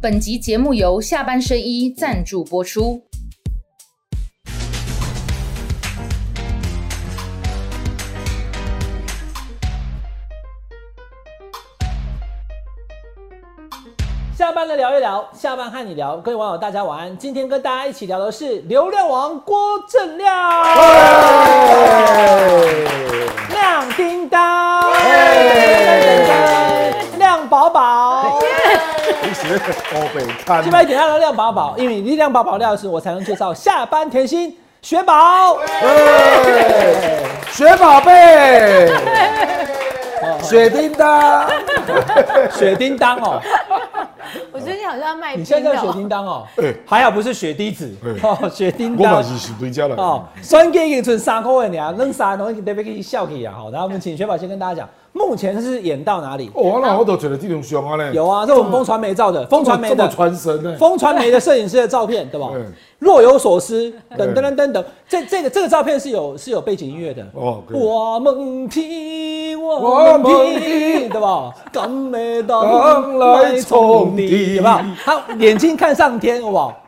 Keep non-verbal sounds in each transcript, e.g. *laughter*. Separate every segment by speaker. Speaker 1: 本集节目由下半身衣赞助播出。
Speaker 2: 下班了聊一聊，下班和你聊，各位网友大家晚安。今天跟大家一起聊的是流量王郭正亮，亮叮当，亮宝宝。
Speaker 3: 平时我被看
Speaker 2: 这，边一点亮亮宝宝，因为你亮宝宝亮的时候，我才能介绍下班甜心雪宝。
Speaker 3: 哎雪宝贝，雪叮当，
Speaker 2: 雪叮当哦，
Speaker 4: 我最近好像卖
Speaker 2: 你现在叫雪
Speaker 4: 冰
Speaker 2: 叮当哦
Speaker 3: 哎，
Speaker 2: 还好不是雪滴子哦，雪叮
Speaker 3: 我嘛
Speaker 2: 当。
Speaker 3: 是是对家人。
Speaker 2: 哦，酸鸡已经存三块了，啊，扔三东西得被给笑起啊！好，然后我们请雪宝先跟大家讲，目前是演到哪里？
Speaker 3: 哦，我那我都觉得这种凶啊嘞，
Speaker 2: *laughs* 有啊，这是我们风传媒照的，风传媒
Speaker 3: 这么
Speaker 2: 的
Speaker 3: 传神呢。
Speaker 2: 风传媒的摄影师的照片，对吧
Speaker 3: 对？
Speaker 2: 若有所思，等等等等等，这这个这个照片是有是有背景音乐的。
Speaker 3: 哦可以
Speaker 2: 我们拼，我
Speaker 3: 我
Speaker 2: 们
Speaker 3: 们
Speaker 2: 拼，
Speaker 3: 拼
Speaker 2: 对吧？敢没当
Speaker 3: 当
Speaker 2: 来
Speaker 3: 来
Speaker 2: 冲
Speaker 3: 冲
Speaker 2: 敌，
Speaker 3: 敌
Speaker 2: 有没有？他眼睛看上天，好不好？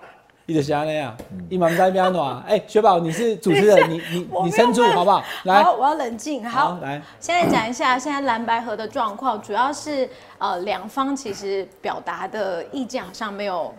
Speaker 2: 你就是安尼啊，
Speaker 3: 嗯
Speaker 2: 一忙在边暖。哎，雪宝，你是主持人，你你
Speaker 4: 我
Speaker 2: 你
Speaker 4: 没有
Speaker 2: 撑住
Speaker 4: 办法
Speaker 2: 好不好？来
Speaker 4: 好，，我要冷静。好，
Speaker 2: 来，
Speaker 4: 现在讲一下现在蓝白河的状况，主要是呃两方其实表达的意见好像没有。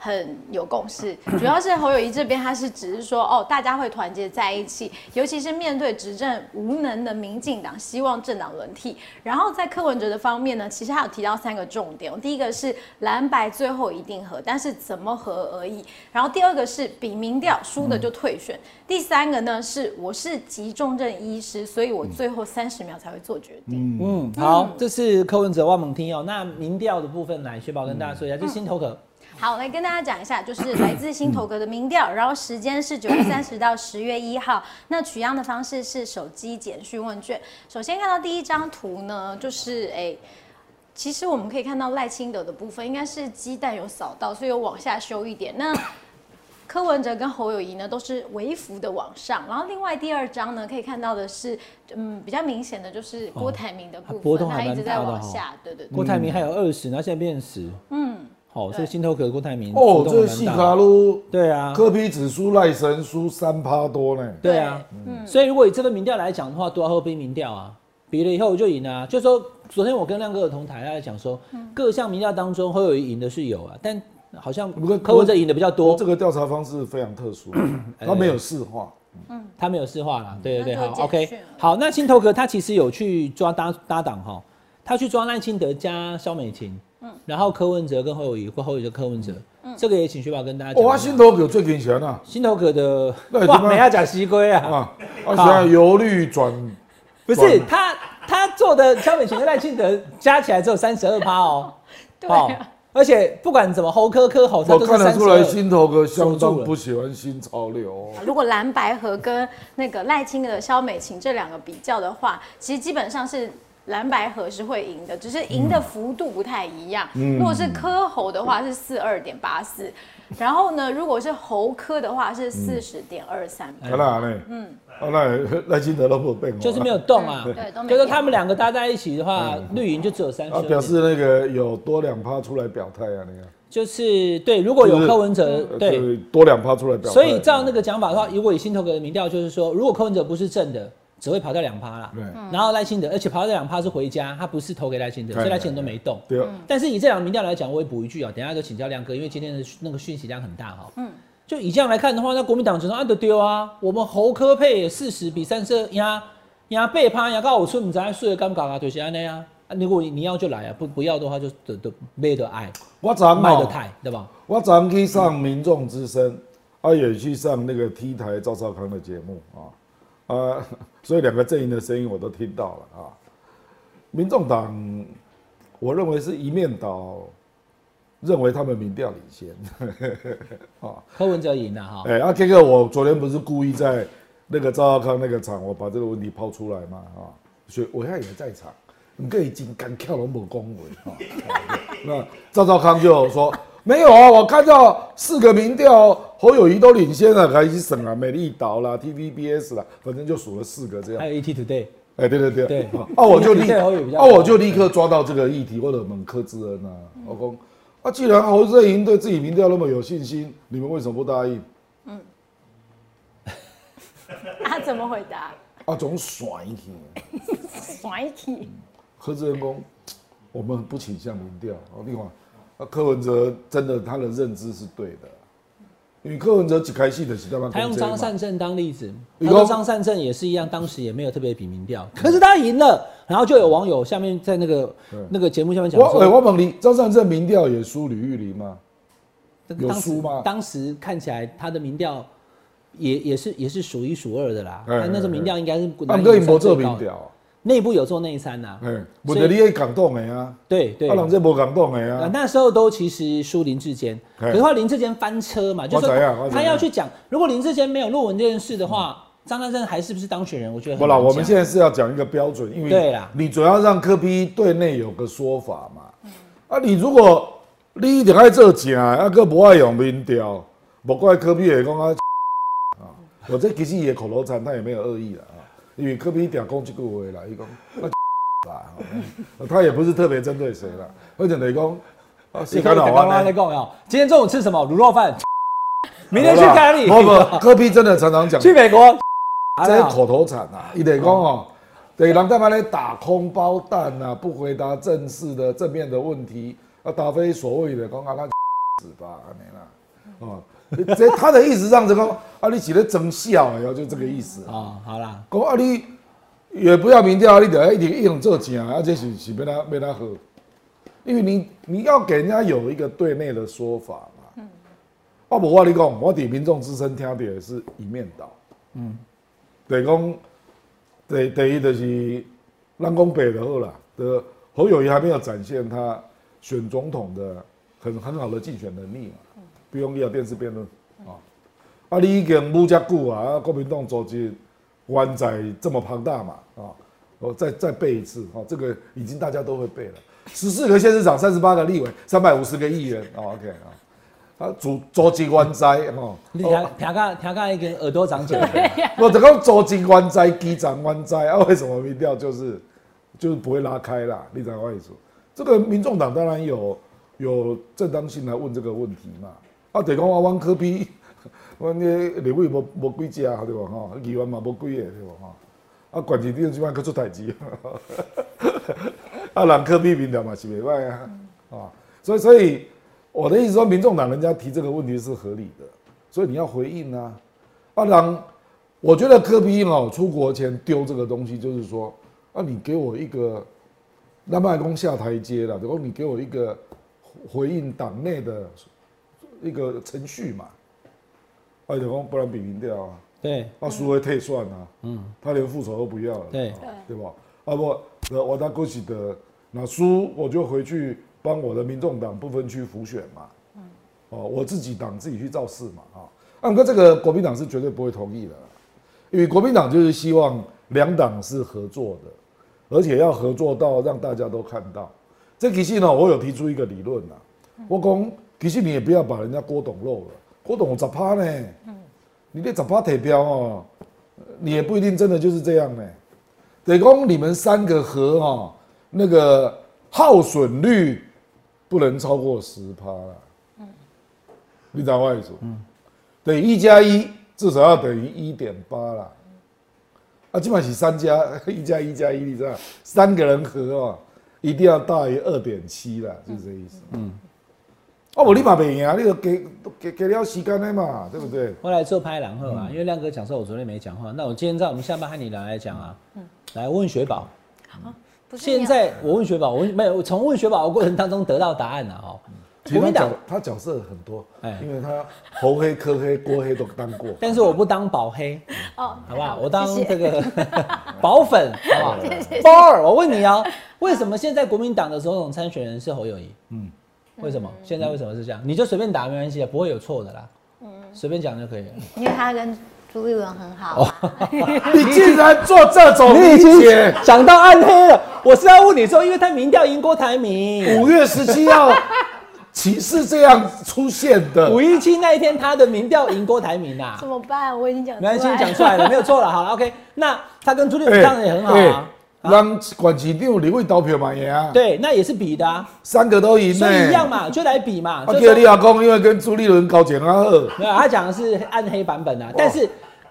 Speaker 4: 很有共识，主要是侯友谊这边，他是只是说哦，大家会团结在一起，尤其是面对执政无能的民进党，希望政党轮替。然后在柯文哲的方面呢，其实他有提到三个重点，第一个是蓝白最后一定和，但是怎么和而已。然后第二个是比民调输的就退选，第三个呢是我是急重症医师，所以我最后三十秒才会做决定。
Speaker 2: 嗯，好，这是柯文哲万猛听哦。那民调的部分来，雪宝跟大家说一下，就心头壳。
Speaker 4: 好，来跟大家讲一下，就是 *coughs* 来自新头哥的民调，然后时间是九月三十到十月一号。那取样的方式是手机简讯问卷。首先看到第一张图呢，就是诶。其实我们可以看到赖清德的部分，应该是鸡蛋有扫到，所以有往下修一点。那柯文哲跟侯友谊呢都是微幅的往上，然后另外第二张呢可以看到的是，嗯，比较明显的就是郭台铭的部
Speaker 2: 哦波
Speaker 4: 分，
Speaker 2: 动还
Speaker 4: 他一直
Speaker 2: 蛮大
Speaker 4: 在
Speaker 2: 的
Speaker 4: 往
Speaker 2: 哦
Speaker 4: 下，对对对。
Speaker 2: 郭台铭还有二十，然后现在变十。嗯，好，所以心头壳郭台铭
Speaker 3: 哦
Speaker 2: 浮，动
Speaker 3: 这
Speaker 2: 得
Speaker 3: 细
Speaker 2: 蛮大的
Speaker 3: 卡路，
Speaker 2: 对啊，
Speaker 3: 科比指数赖神输三趴多呢。
Speaker 2: 对啊，
Speaker 3: 嗯
Speaker 2: 所以如果以这个民调来讲的话，多少会比民调啊，比了以后我就赢啊。就说昨天我跟亮哥有同台，他在讲说，各项民调当中侯友谊赢的是有啊，但好像
Speaker 3: 不过
Speaker 2: 柯文哲赢的比较多
Speaker 3: 哦这，个调查方式非常特殊，
Speaker 2: 嗯
Speaker 3: 它没有市化。
Speaker 2: 哎他没有事化
Speaker 3: 嗯
Speaker 2: 啦。对对对，
Speaker 4: 那就
Speaker 2: 好
Speaker 4: 简
Speaker 2: ，OK，
Speaker 4: 讯了
Speaker 2: 好，那心头壳他其实有去抓搭搭档哈，他去抓赖清德加肖美琴，
Speaker 4: 嗯
Speaker 2: 然后柯文哲跟侯友谊，或侯友谊跟柯文哲，这个也请学宝跟大家
Speaker 3: 哦，
Speaker 2: 讲一下。
Speaker 3: 我心头有最近钱啊，
Speaker 2: 心头壳的
Speaker 3: 那有地
Speaker 2: 哇，
Speaker 3: 方
Speaker 2: 没要讲西龟啊。
Speaker 3: 啊，而且在由绿转
Speaker 2: 不是
Speaker 3: 转
Speaker 2: 他，他做的萧美琴跟赖清德加起来只有三十二趴哦，
Speaker 4: *laughs* 对啊
Speaker 2: 而且不管怎么侯科科吼，他
Speaker 3: 我
Speaker 2: 都
Speaker 3: 看
Speaker 2: 是
Speaker 3: 得
Speaker 2: 三十
Speaker 3: 出来，啊
Speaker 2: 二。
Speaker 3: 心头哥相
Speaker 2: 锁住
Speaker 3: 当
Speaker 2: 了
Speaker 3: 不喜欢新潮流哦。
Speaker 4: 如果蓝白河跟那个赖清德的萧美琴这两个比较的话，其实基本上是蓝白河是会赢的，只是赢的幅度不太一样。
Speaker 2: 嗯
Speaker 4: 如果是柯侯的话是四二点八四，然后呢，如果是侯科的话是四十点二三。
Speaker 3: 看哪呢？嗯，啊那赖清德都没有变化，
Speaker 2: 就是没有动啊
Speaker 4: 嗯对都，没
Speaker 2: 就说
Speaker 4: 变
Speaker 2: 他们两个搭在一起的话，绿营就只有三十
Speaker 3: 嗯啊，表示那个有多两趴出来表态啊，你看，
Speaker 2: 就是对，如果有柯文哲，
Speaker 3: 呃
Speaker 2: 对，，
Speaker 3: 多两趴出来表态。啊
Speaker 2: 所以照那个讲法的话，如果以心头哥的民调，就是说，如果柯文哲不是正的，只会跑掉两趴啦。
Speaker 3: 对
Speaker 2: 然后赖清德，而且跑掉两趴是回家，他不是投给赖清德，所以
Speaker 3: 对
Speaker 2: 赖清德都没动。
Speaker 3: 对啊，
Speaker 2: 但是以这两个民调来讲，我也补一句啊、等一下就请教亮哥，因为今天的那个讯息量很大哈、嗯，就以这样来看的话，那国民党只能按得丢啊。我们侯科配四十比三十二压压背趴压到我村，你知道睡干不干啊？就是安那啊。啊如果你要就来啊，不不要的话就得得卖的爱，
Speaker 3: 我昨
Speaker 2: 卖的
Speaker 3: 嘛，
Speaker 2: 太，对吧？
Speaker 3: 我昨天去上民众之声，啊也去上那个 T 台赵少康的节目啊，啊， *laughs* 所以两个阵营的声音我都听到了啊。民众党，我认为是一面倒，认为他们民调领先。
Speaker 2: 柯文哲赢了哈。
Speaker 3: 哎、啊，K 哥，我昨天不是故意在那个赵少康那个场，我把这个问题抛出来嘛，啊、所以我现在也在场，你可以紧敢跳龙某恭维啊。那赵少康就说没有啊，我看到四个民调，侯友谊都领先了，还是省啊，美丽岛啦、TVBS 啦，反正就数了四个这样
Speaker 2: 还。有 ET Today，
Speaker 3: 哎、对对对，
Speaker 2: 对
Speaker 3: 啊，我就立，
Speaker 2: 对侯友谊比较
Speaker 3: 啊，我就立刻抓到这个议题，或者我们柯志恩啊，我讲啊，既然侯振营对自己民调那么有信心，你们为什么不答应？
Speaker 4: 他怎么回答？
Speaker 3: 啊，总甩一天。
Speaker 4: 甩体，
Speaker 3: 柯志恩公，我们不倾向民调。哦，另外，啊，柯文哲真的他的认知是对的，因为柯文哲一开始就是在那
Speaker 2: 他用
Speaker 3: 攻击嘛
Speaker 2: 张善政当例子，
Speaker 3: 你
Speaker 2: 他说
Speaker 3: 说
Speaker 2: 张善政也是一样，当时也没有特别比民调，可是他赢了，然后就有网友下面在那个那个节目下面讲
Speaker 3: 我哎、
Speaker 2: 说，
Speaker 3: 我问你，张善政民调也输吕玉玲吗？
Speaker 2: 那个
Speaker 3: 有
Speaker 2: 当时
Speaker 3: 输吗
Speaker 2: 当时看起来他的民调也也是也是数一数二的啦，
Speaker 3: 哎
Speaker 2: 他那时候民调应该是
Speaker 3: 啊，
Speaker 2: 南
Speaker 3: 不
Speaker 2: 营
Speaker 3: 过伊
Speaker 2: 山
Speaker 3: 无做
Speaker 2: 最高
Speaker 3: 民
Speaker 2: 的，
Speaker 3: 调，
Speaker 2: 内部有做内参呐，
Speaker 3: 哎，
Speaker 2: 所以
Speaker 3: 问题你爱感动的啊，
Speaker 2: 啊对对
Speaker 3: 啊，，人这无感动的
Speaker 2: 啊
Speaker 3: 啊，，
Speaker 2: 那时候都其实输林志坚，
Speaker 3: 嘿
Speaker 2: 可是后来林志坚翻车嘛，就
Speaker 3: 我
Speaker 2: 说
Speaker 3: 知道我知道
Speaker 2: 他要去讲，如果林志坚没有论文这件事的话，张大正还是不是当选人？我觉得很
Speaker 3: 不啦，
Speaker 2: 难
Speaker 3: 我们
Speaker 2: 讲
Speaker 3: 现在是要讲一个标准，因为
Speaker 2: 对啦
Speaker 3: 你主要让科批对内有个说法嘛。啊，你如果你一定爱做假，啊，个不爱用民调，莫怪科批会讲啊。 *laughs* 啊，我这其实也口头禅，他也没有恶意啦啊，因为科批定讲这句话啦，伊讲啊 *laughs* 啦，啊他也不是特别针对谁啦，而且你讲啊，
Speaker 2: 你
Speaker 3: 是
Speaker 2: 看
Speaker 3: 干
Speaker 2: 到
Speaker 3: 扰
Speaker 2: 刚刚
Speaker 3: 啊
Speaker 2: 在。跟我讲，今天中午吃什么？卤肉饭。 *laughs* 明天去咖喱。
Speaker 3: 不不，科批真的常常
Speaker 2: *laughs*
Speaker 3: 讲
Speaker 2: 去美国。
Speaker 3: 这
Speaker 2: 啊
Speaker 3: 是口头禅啊，伊得讲哦，对人干嘛来打空包弹啊，不回答正式的正面的问题，啊，答非所谓的讲啊，那 *laughs* 死吧，安尼啦，哦，这他的意思让这个啊，你起来整笑的，就这个意思啊，
Speaker 2: 哦，好啦，
Speaker 3: 讲啊你也不要民调，你得一定用做假，啊，这是是被他被他喝，因为你你要给人家有一个对内的说法嘛，嗯，啊，不我跟你讲，我底民众之声听到也是一面倒。就是讲，第第一就是，咱讲白就好啦。的侯友谊还没有展现他选总统的很很好的竞选能力嘛，不用要电视辩论啊。啊，你已经撸遮久啊，啊国民党组织湾仔这么庞大嘛啊，我再再背一次啊，这个已经大家都会背了。十四个县市长，三十八个立委，三百五十个议员啊、o k 啊，啊组组织湾仔哦。
Speaker 2: 你听听个听个一个耳朵长 *laughs* 茧。
Speaker 3: *laughs* 我只讲走进湾灾、基长湾灾啊，为什么民调就是就是不会拉开啦？立场外思？这个民众党当然有有正当性来问这个问题嘛。啊，得讲啊，阮科比， *laughs* 阮个立委无无几只啊对吧？吼，议员嘛无几个对吧？吼，啊，管是你即摆去出代志， *laughs* 啊，人科比民调嘛是袂歹啊，啊，所以所以我的意思说，民众党人家提这个问题是合理的，所以你要回应啊，啊，人。我觉得科比哦，出国前丢这个东西，就是说，啊，你给我一个，那麦公下台阶了，然后你给我一个回应党内的一个程序嘛，啊，等公不然比民调啊，
Speaker 2: 对
Speaker 3: 啊，输了退算啊，嗯，他连副手都不要了，
Speaker 2: 对
Speaker 3: 啊对吧？啊不，那我当过去的，那输我就回去帮我的民众党不分区辅选嘛，哦，我自己党自己去造势嘛，啊，按哥这个国民党是绝对不会同意的啦，因为国民党就是希望两党是合作的，而且要合作到让大家都看到。这其实呢，我有提出一个理论啦，我讲其实你也不要把人家郭董漏了，郭董十趴呢，你那十趴铁标哦，你也不一定真的就是这样呢、得供你们三个核哦，那个耗损率不能超过十趴啦。你懂我意思？嗯，等于一加一至少要等于一点八啦。啊，基本上是三加 *laughs* 一加一加一，你知道，三个人合哦，一定要大于二点七啦，就是这意思。嗯，哦，我立马没赢啊，你就给给给了时间的嘛，对不对？
Speaker 2: 后来做拍狼后啊，因为亮哥讲说我昨天没讲话，那我今天在我们下班和你聊来讲啊，来问雪宝。
Speaker 4: 不是
Speaker 2: 现
Speaker 4: 你啊
Speaker 2: 在我问雪宝，我问没有，我从问雪宝的过程当中得到答案了哦。
Speaker 3: 其
Speaker 2: 国民
Speaker 3: 实他
Speaker 2: 党
Speaker 3: 角，他角色很多，
Speaker 2: 哎
Speaker 3: 因为他红黑、科黑、锅黑都当过。
Speaker 2: 但是我不当宝黑。
Speaker 4: 哦，
Speaker 2: 好不好？我当
Speaker 4: 谢谢
Speaker 2: 这个 *laughs* 保粉，好不好？包二，我问你哦，为什么现在国民党的总统参选人是侯友谊？嗯，为什么？现在为什么是这样？你就随便打没关系，啊不会有错的啦。随便讲就可以了。
Speaker 5: 因为他跟朱立伦很
Speaker 4: 哦
Speaker 5: 好、啊，
Speaker 3: 你竟然做这种
Speaker 2: 哦
Speaker 3: *laughs*
Speaker 2: 你已
Speaker 3: 理
Speaker 2: 经
Speaker 3: 解？
Speaker 2: 讲到暗黑了，我是要问你说，因为他民调赢郭台铭，
Speaker 3: 五月十七号岂是这样出现
Speaker 2: 五
Speaker 3: 的？
Speaker 2: 一七那一天他的民调赢郭台铭啊呐
Speaker 4: 怎。么办？我已经讲出
Speaker 2: 没
Speaker 4: 来
Speaker 2: 关
Speaker 4: 了
Speaker 2: 系，讲出来了，没有错了。好了，OK，那他跟朱立伦当然也很好啊。
Speaker 3: 哎让管市长你会投票嘛赢啊，
Speaker 2: 对，那也是比的啊，
Speaker 3: 三个都赢呢、
Speaker 2: 所以一样嘛，就来比嘛。
Speaker 3: 我
Speaker 2: 就
Speaker 3: 叫
Speaker 2: 说
Speaker 3: 你阿公，因为跟朱立伦搞钱啊，
Speaker 2: 没有，他讲的是暗黑版本啊。但是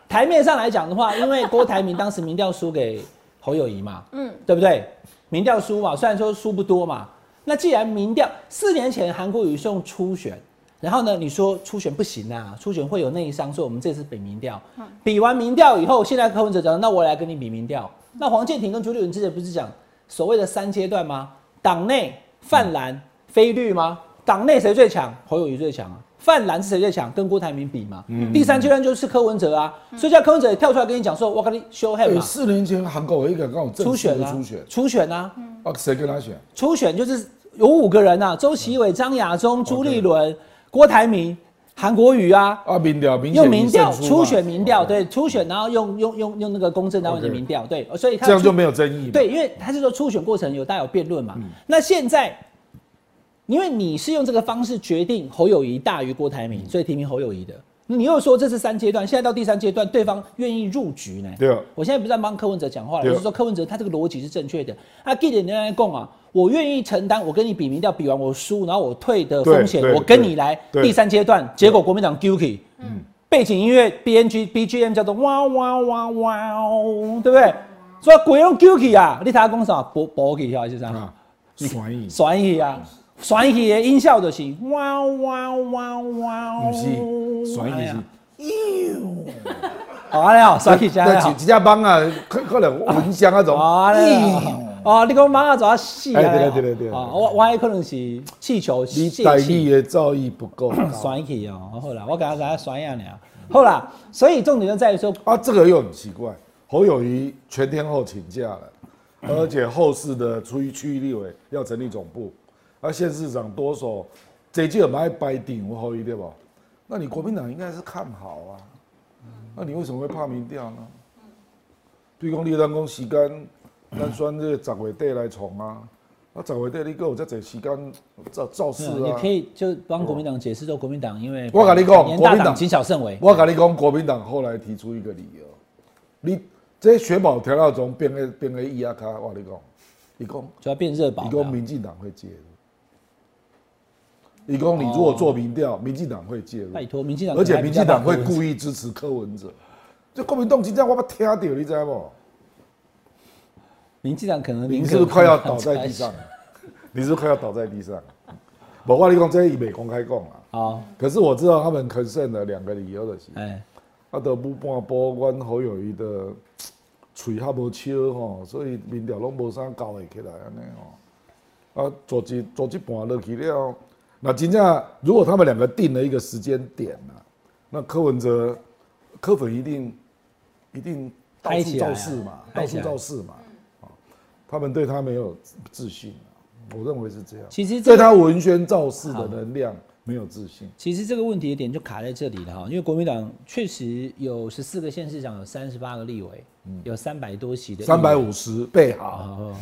Speaker 2: 台面上来讲的话，因为郭台铭当时民调输给侯友谊嘛，嗯，对不对？民调输嘛，虽然说输不多嘛。那既然民调四年前韩国瑜是用初选，然后呢，你说初选不行啊，初选会有内伤，所以我们这次比民调。比完民调以后，现在柯文哲讲，那我来跟你比民调。那黄建庭跟朱立伦之前不是讲所谓的三阶段吗？党内泛蓝非绿吗？党内谁最强？侯友谊最强啊。泛蓝是谁最强？跟郭台铭比嘛。
Speaker 3: 嗯
Speaker 2: 第三阶段就是柯文哲啊，所以叫柯文哲跳出来跟你讲说，我跟你 show hand
Speaker 3: 欸
Speaker 2: 嘛，
Speaker 3: 四年前韩国有一个刚好正
Speaker 2: 初
Speaker 3: 式
Speaker 2: 选
Speaker 3: 的
Speaker 2: 啊，
Speaker 3: 初选，
Speaker 2: 初选啊，
Speaker 3: 啊，谁跟他选？
Speaker 2: 初选就是有五个人啊，周
Speaker 3: 嗯
Speaker 2: 习伟、张亚中、朱立伦、郭台铭、韩国瑜啊，
Speaker 3: 啊，民调，明显
Speaker 2: 用民调
Speaker 3: 胜出嘛
Speaker 2: 初选民调，，
Speaker 3: 哦
Speaker 2: 对初选，然后用用用用那个公正单位的
Speaker 3: OK
Speaker 2: 民调，对，所以他
Speaker 3: 这样
Speaker 2: 初
Speaker 3: 就没有争议。，
Speaker 2: 对，因为他是说初选过程有大有辩论
Speaker 3: 嗯
Speaker 2: 嘛。那现在，因为你是用这个方式决定侯友谊大于郭台
Speaker 3: 嗯
Speaker 2: 铭，所以提名侯友谊的。你又说这是三阶段，现在到第三阶段，对方愿意入局呢？
Speaker 3: 对啊
Speaker 2: 我现在不是在帮柯文哲讲话了，
Speaker 3: 对啊
Speaker 2: 我是说柯文哲他这个逻辑是正确的。啊，地点人来供啊，我愿意承担，我跟你比民调比完我输，然后我退的风险
Speaker 3: 对，对
Speaker 2: 我跟你来
Speaker 3: 对
Speaker 2: 第三阶段。结果国民党 guilty，背景音乐 B N G B G M 叫做哇哇哇哇哦，对不对？所以鬼用 guilty 啊，你他讲啥？博博 y 啊，是啥？
Speaker 3: 啊，选意
Speaker 2: 选去啊，选去的音效就是哇哇哇哇，哦
Speaker 3: 不是选
Speaker 2: 哎
Speaker 3: 意
Speaker 2: 呀
Speaker 3: 是。
Speaker 2: 好安尼哦，选去这样
Speaker 3: 那
Speaker 2: 哦
Speaker 3: 几几家帮啊，可可能蚊香那种
Speaker 2: 好，安尼哦哦，你讲妈怎啊死啊？
Speaker 3: 哎对了对了对了
Speaker 2: 哦我我那可能是气球
Speaker 3: 你
Speaker 2: 泄
Speaker 3: 台
Speaker 2: 气
Speaker 3: 语的造诣不够高。
Speaker 2: 酸去哦，好啦，我刚才酸呀了，好啦，所以重点就在于说，
Speaker 3: 啊，这个又很奇怪，侯友谊全天候请假了，而且后市的出于区域立委要成立总部，而县市长多手，这届蛮爱摆顶侯友谊对吧？那你国民党应该是看好啊，那你为什么会怕民调呢？对讲你当讲时间，咱选这个十月底来创啊，啊十月底你还有这多时间造造势
Speaker 2: 嗯你
Speaker 3: 啊
Speaker 2: 可。以就帮国民党解释说，国民党因为
Speaker 3: 我跟你讲
Speaker 2: 年
Speaker 3: 国
Speaker 2: 大
Speaker 3: 民党
Speaker 2: 党谨小慎微，
Speaker 3: 我跟你讲，国民党后来提出一个理由，你这选保调料中变个变个伊阿卡，我跟你讲，伊讲
Speaker 2: 就要变热宝
Speaker 3: 伊
Speaker 2: 了
Speaker 3: 讲
Speaker 2: 啊。
Speaker 3: 民进党会介入，伊讲你如果做民调，民进党会介入，
Speaker 2: 拜托，民进党
Speaker 3: 而且民进党会故
Speaker 2: 意
Speaker 3: 意支持柯文哲。这国民党真正我捌听到，你知道不？
Speaker 2: 民进党可能
Speaker 3: 你
Speaker 2: 宁可
Speaker 3: 是不是快要倒在地上？了？你是不是快要倒在地上了？不我跟你讲，这伊未公开讲啦，
Speaker 2: 好，
Speaker 3: 可是我知道他们 concern 的两个理由就是。
Speaker 2: 哎，
Speaker 3: 啊，都不半波，阮侯友谊的嘴较无笑吼，所以民调拢无啥交会起来安尼吼。啊，做一做一半落去了，那真正如果他们两个定了一个时间点啊，那柯文哲、柯粉一定一定到
Speaker 2: 嗨
Speaker 3: 处
Speaker 2: 起来啊
Speaker 3: 造势嘛，到
Speaker 2: 嗨起
Speaker 3: 处
Speaker 2: 来
Speaker 3: 造势嘛，啊他们对他没有自信啊，我认为是这样。
Speaker 2: 其实这
Speaker 3: 对
Speaker 2: 个
Speaker 3: 他文宣造势的能量没有自信。
Speaker 2: 其实这个问题的点就卡在这里了哈，因为国民党确实有十四个县市长，有三十八个立委，有三百多席的
Speaker 3: 嗯三百
Speaker 2: 五。
Speaker 3: 五十倍好，
Speaker 2: 哦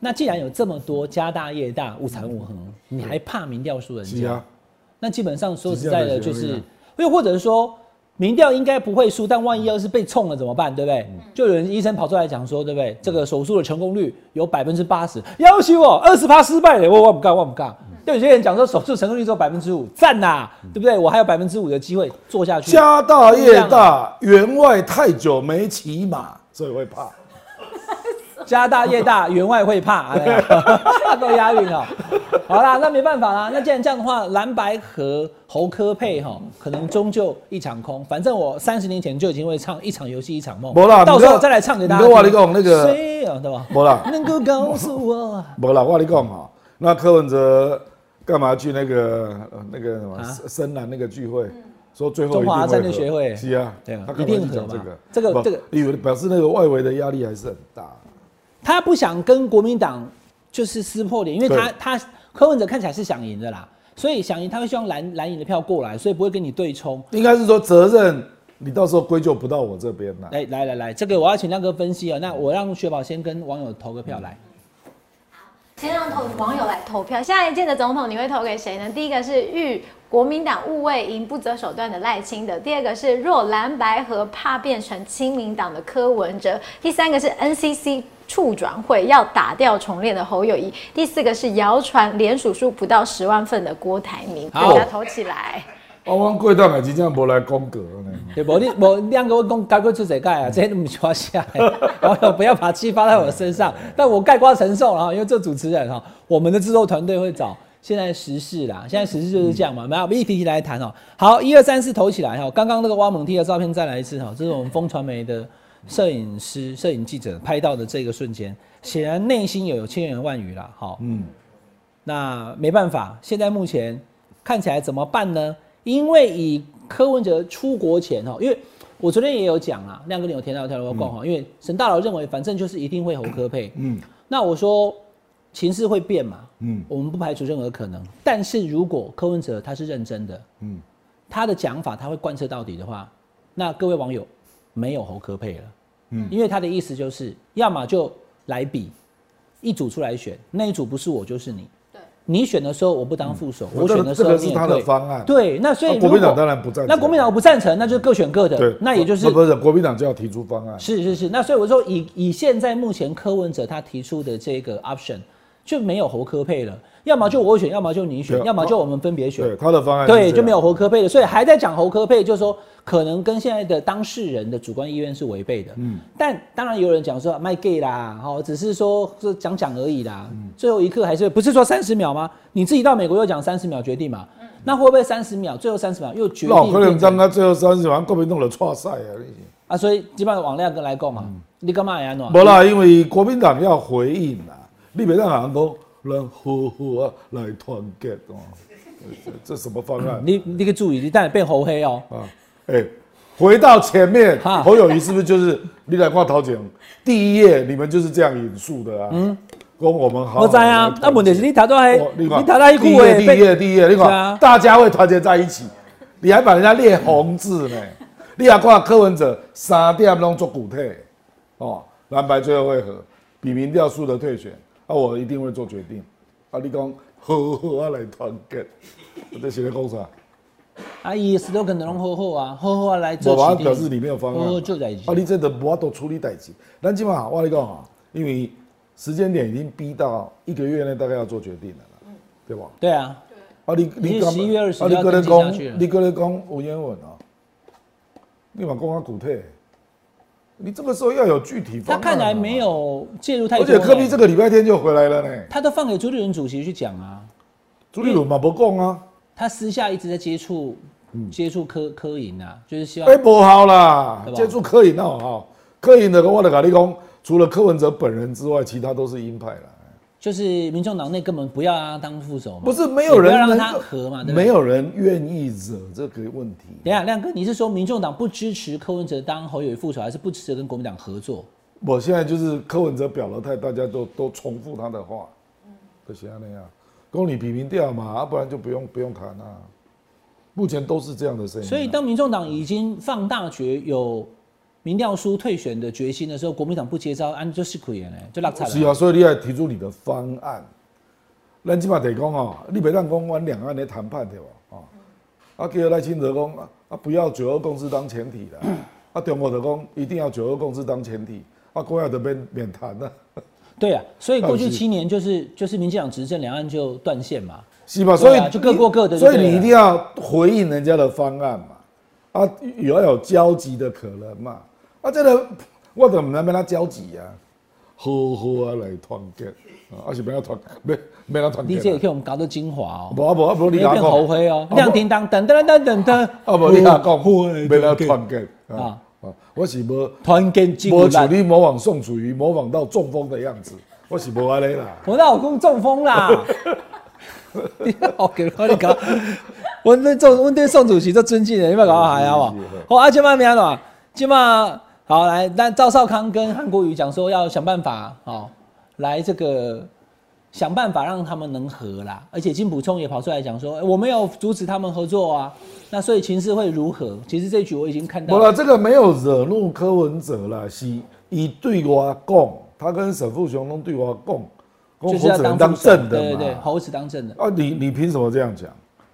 Speaker 2: 那既然有这么多家大业大无产无恒，你还怕民调输人
Speaker 3: 是
Speaker 2: 家
Speaker 3: 啊？，
Speaker 2: 那基本上说
Speaker 3: 是
Speaker 2: 实
Speaker 3: 这样
Speaker 2: 在
Speaker 3: 的
Speaker 2: 的，就
Speaker 3: 是这
Speaker 2: 是
Speaker 3: 样
Speaker 2: 又或者是说民调应该不会输，但万一要是被冲了怎么办？对不对？就有人医生跑出来讲说，对不对？这个手术的成功率有百分之八十，要求我二十趴失败了，我我不干，我不干。就有些人讲说手术成功率只有百分之五，赞呐，对不对？我还有百分之五的机会做下去。
Speaker 3: 家大业大，
Speaker 2: 啊
Speaker 3: 员外太久没骑马，所以会怕。
Speaker 2: 家大业大，员外会怕，哎呀 *laughs* 够押韵哦。好啦，那没办法啦。那既然这样的话，蓝白和侯科配哈、可能终究一场空。反正我三十年前就已经会唱一场游戏一场梦，
Speaker 3: 没啦
Speaker 2: 到时
Speaker 3: 你
Speaker 2: 候
Speaker 3: 跟
Speaker 2: 再来唱给大家
Speaker 3: 你
Speaker 2: 听。
Speaker 3: 跟我你讲那个
Speaker 2: 谁啊，对吧？
Speaker 3: 没啦， *laughs*
Speaker 2: 能够告诉我，
Speaker 3: 没啦，我跟你讲啊，那柯文哲干嘛去那个呃那个什么
Speaker 2: 啊
Speaker 3: 深蓝那个聚会？说最后一定
Speaker 2: 中华战略
Speaker 3: 合
Speaker 2: 学会
Speaker 3: 是啊，
Speaker 2: 对啊
Speaker 3: 他干
Speaker 2: 一
Speaker 3: 嘛
Speaker 2: 定
Speaker 3: 去讲
Speaker 2: 合
Speaker 3: 这
Speaker 2: 嘛
Speaker 3: 个？
Speaker 2: 这个
Speaker 3: 不
Speaker 2: 这个，
Speaker 3: 因为表示那个外围的压力还是很大。
Speaker 2: 他不想跟国民党就是撕破脸，因为他
Speaker 3: 对
Speaker 2: 他柯文哲看起来是想赢的啦，所以想赢他会希望蓝蓝营的票过来，所以不会跟你对冲。
Speaker 3: 应该是说责任，你到时候归咎不到我这边啦。
Speaker 2: 来来来来，这个我要请亮哥分析啊、那我让雪宝先跟网友投个票来。
Speaker 4: 先让投网友来投票，下一届的总统你会投给谁呢？第一个是遇国民党勿畏赢不择手段的赖清德，第二个是若蓝白河怕变成亲民党的柯文哲，第三个是 NCC 促转会要打掉重练的侯友谊，第四个是谣传联署数不到十万份的郭台铭，
Speaker 2: 好
Speaker 4: 大家投起来。
Speaker 3: 啊，阮过档也真正无来讲过呢。
Speaker 2: 对，无你无亮哥讲该过出谁盖啊，这些都不是我下的， *laughs* 网友不要把气发在我身上，但我盖瓜承受了哈，因为这主持人哈，我们的制作团队会找现在时事啦，现在时事就是这样嘛，没有，我们一题一题来谈哦。好，一二三四投起来哈，刚刚那个挖猛踢的照片再来一次哈，这是我们风传媒的摄影师、摄影记者拍到的这个瞬间，显然内心有有千言万语啦，好，
Speaker 3: 嗯，
Speaker 2: 那没办法，现在目前看起来怎么办呢？因为以柯文哲出国前哦，因为我昨天也有讲啊，亮哥你有听到条我讲哈，因为沈大佬认为反正就是一定会侯科配，嗯，那我说情势会变嘛，嗯
Speaker 3: 嗯，
Speaker 2: 我们不排除任何可能，但是如果柯文哲他是认真的，嗯
Speaker 3: 嗯，
Speaker 2: 他的讲法他会贯彻到底的话，那各位网友没有侯科配了，嗯
Speaker 3: 嗯，
Speaker 2: 因为他的意思就是要么就来比一组出来选，那一组不是我就是你。你选的时候我不当副手，
Speaker 3: 嗯
Speaker 2: 我选的时候
Speaker 3: 这
Speaker 2: 你
Speaker 3: 个是
Speaker 2: 也
Speaker 3: 他的
Speaker 2: 对
Speaker 3: 方案
Speaker 2: 对，那所以
Speaker 3: 啊
Speaker 2: 如果
Speaker 3: 国民党当然不赞成
Speaker 2: 那国民党不赞成，那就各选各的。
Speaker 3: 对，
Speaker 2: 那也就是
Speaker 3: 不是国民党就要提出方案。
Speaker 2: 是是是，那所以我说以以现在目前柯文哲他提出的这个 option 就没有侯科配了，要么就我选，要么就你选，
Speaker 3: 对
Speaker 2: 要么就我们分别选
Speaker 3: 对，。他的方案是这
Speaker 2: 对，
Speaker 3: 样
Speaker 2: 就没有侯科配的，所以还在讲侯科配，就是说可能跟现在的当事人的主观意愿是违背的。嗯，但当然有人讲说卖 gay 啦，哦，只是说是讲讲而已啦。
Speaker 3: 嗯
Speaker 2: 最后一刻还是不是说三十秒吗？你自己到美国又讲三十秒决定嘛？那会不会三十秒，最后三十秒又决定
Speaker 3: 嗯那
Speaker 2: 变成？
Speaker 3: 可能张啊，最后三十万国民党就错赛啊！你
Speaker 2: 啊，所以基本上往亮哥来讲嘛，
Speaker 3: 嗯
Speaker 2: 你干嘛呀？喏，
Speaker 3: 无啦，因为国民党要回应啊，你别让人讲，咱好好啊来团结哦。 *laughs* 这这什么方案？
Speaker 2: 嗯你你个注意，你当然变猴黑哦、
Speaker 3: 啊，哎、回到前面
Speaker 2: 哈，
Speaker 3: 侯友谊是不是就是你来看陶姐第一页，你们就是这样引述的啊？嗯，跟我们好好
Speaker 2: 我
Speaker 3: 地
Speaker 2: 知道啊，那问题是你头到还
Speaker 3: 哦
Speaker 2: 哎你
Speaker 3: 你看
Speaker 2: 头到一句
Speaker 3: 第一
Speaker 2: 话
Speaker 3: 页第一
Speaker 2: 被
Speaker 3: 页第一页，你
Speaker 2: 对啊
Speaker 3: 看大家会团结在一起，你还把人家列红
Speaker 2: *laughs*
Speaker 3: 字呢？你也看柯文哲三点拢做具体，哦，蓝白最后会合，比民调输的退选，啊，我一定会做决定。啊，你讲好好啊来团结， *laughs* 我这写的讲啥？
Speaker 2: 啊，伊的 slogan 都拢好好啊，好好啊来做哦
Speaker 3: 我把它
Speaker 2: 决定
Speaker 3: 表示你没有方案嘛，
Speaker 2: 好好做代志
Speaker 3: 啊，你这都无法度处理代志。咱即嘛，我跟你讲啊，因为时间点已经逼到一个月内大概要做决定了啦，对吧？
Speaker 2: 对啊，
Speaker 3: 啊，你
Speaker 2: 已
Speaker 3: 你
Speaker 2: 经
Speaker 3: 干
Speaker 2: 11月20
Speaker 3: 啊，你
Speaker 2: 要
Speaker 3: 搁咧
Speaker 2: 登记下去了
Speaker 3: 讲，你搁咧讲文言文啊，你嘛讲啊具体，你这个时候要有具体方
Speaker 2: 他看
Speaker 3: 案。
Speaker 2: 来没，有介入太
Speaker 3: 啊而
Speaker 2: 多。欸
Speaker 3: 且科比这个礼拜天就回来了呢，
Speaker 2: 他都放给朱立伦主席去讲啊，
Speaker 3: 朱立伦嘛不讲啊，
Speaker 2: 他私下一直在接触接触科科营啊，就是希望
Speaker 3: 嗯哎，不好啦
Speaker 2: 对，吧
Speaker 3: 接触柯影那好好，柯影的我的跟你讲，除了柯文哲本人之外，其他都是鹰派啦。
Speaker 2: 就是民众党内根本不要让他当副手嘛，
Speaker 3: 不是没有人
Speaker 2: 也不要
Speaker 3: 能
Speaker 2: 让他
Speaker 3: 够
Speaker 2: 和嘛，对不对
Speaker 3: 没。有人愿意惹这个问题。
Speaker 2: 等一下，亮哥，你是说民众党不支持柯文哲当侯友宜副手，还是不支持跟国民党合作？
Speaker 3: 我现在就是柯文哲表了态，大家都都重复他的话，可惜那样，公你比民调嘛，啊、不然就不用不用谈啊。目前都是这样的声音啊、
Speaker 2: 所以，当民众党已经放大决有民调输退选的决心的时候，国民党不接招，安就是可以嘞，就落差了。
Speaker 3: 是啊，所以你要提出你的方案。咱即马提讲哦，你袂当讲阮两岸的谈判对无？哦，啊，叫赖清德讲啊，啊不要九二共识当前提啦，啊，中国就讲一定要九二共识当前提，啊，国外就免免谈啦。
Speaker 2: 对啊，所以过去
Speaker 3: 但是
Speaker 2: 七年就是就是民进党执政，两岸就断线嘛。
Speaker 3: 是吧？所以、
Speaker 2: 对啊就各过各的就
Speaker 3: 所以
Speaker 2: 对了
Speaker 3: 你一定要回应人家的方案嘛，啊，也要有交集的可能嘛，啊，这个我怎么能跟他交集啊？好好啊来团结，啊，而且不要团，没没他团结
Speaker 2: DJ
Speaker 3: 啦
Speaker 2: 也。给我们搞到精华哦，
Speaker 3: 无啊无啊无，你
Speaker 2: 没有
Speaker 3: 哪
Speaker 2: 变
Speaker 3: 讲？
Speaker 2: 红灰哦，
Speaker 3: 啊
Speaker 2: 亮叮当，噔噔噔噔噔，
Speaker 3: 啊无你哪讲？没他团结
Speaker 2: 啊
Speaker 3: 啊！啊，我是无
Speaker 2: 团结精
Speaker 3: 无像
Speaker 2: 力。
Speaker 3: 你模仿宋楚瑜模仿到中风的样子，我是无安尼啦。
Speaker 2: 我老公中风
Speaker 3: *laughs*
Speaker 2: 啦！你好给我你讲，我对宋我对宋主席做尊敬的，你不要搞我呀我
Speaker 3: 是是是。
Speaker 2: 好，啊阿舅妈明了，舅妈好来，那赵少康跟韩国瑜讲说要想办法哦，来这个想办法让他们能和啦。而且金溥聪也跑出来讲说，哎我没有阻止他们合作啊。那所以情势会如何？其实这局我已经看到
Speaker 3: 不
Speaker 2: 了
Speaker 3: 啦，这个没有惹怒柯文哲啦，是伊对我讲，他跟沈富雄都对我讲，
Speaker 2: 就是
Speaker 3: 讲
Speaker 2: 要
Speaker 3: 侯子仁
Speaker 2: 当
Speaker 3: 当
Speaker 2: 副手
Speaker 3: 正的
Speaker 2: 对对
Speaker 3: 嘛。
Speaker 2: 对，猴子当正的。
Speaker 3: 啊，你你凭什么这样讲？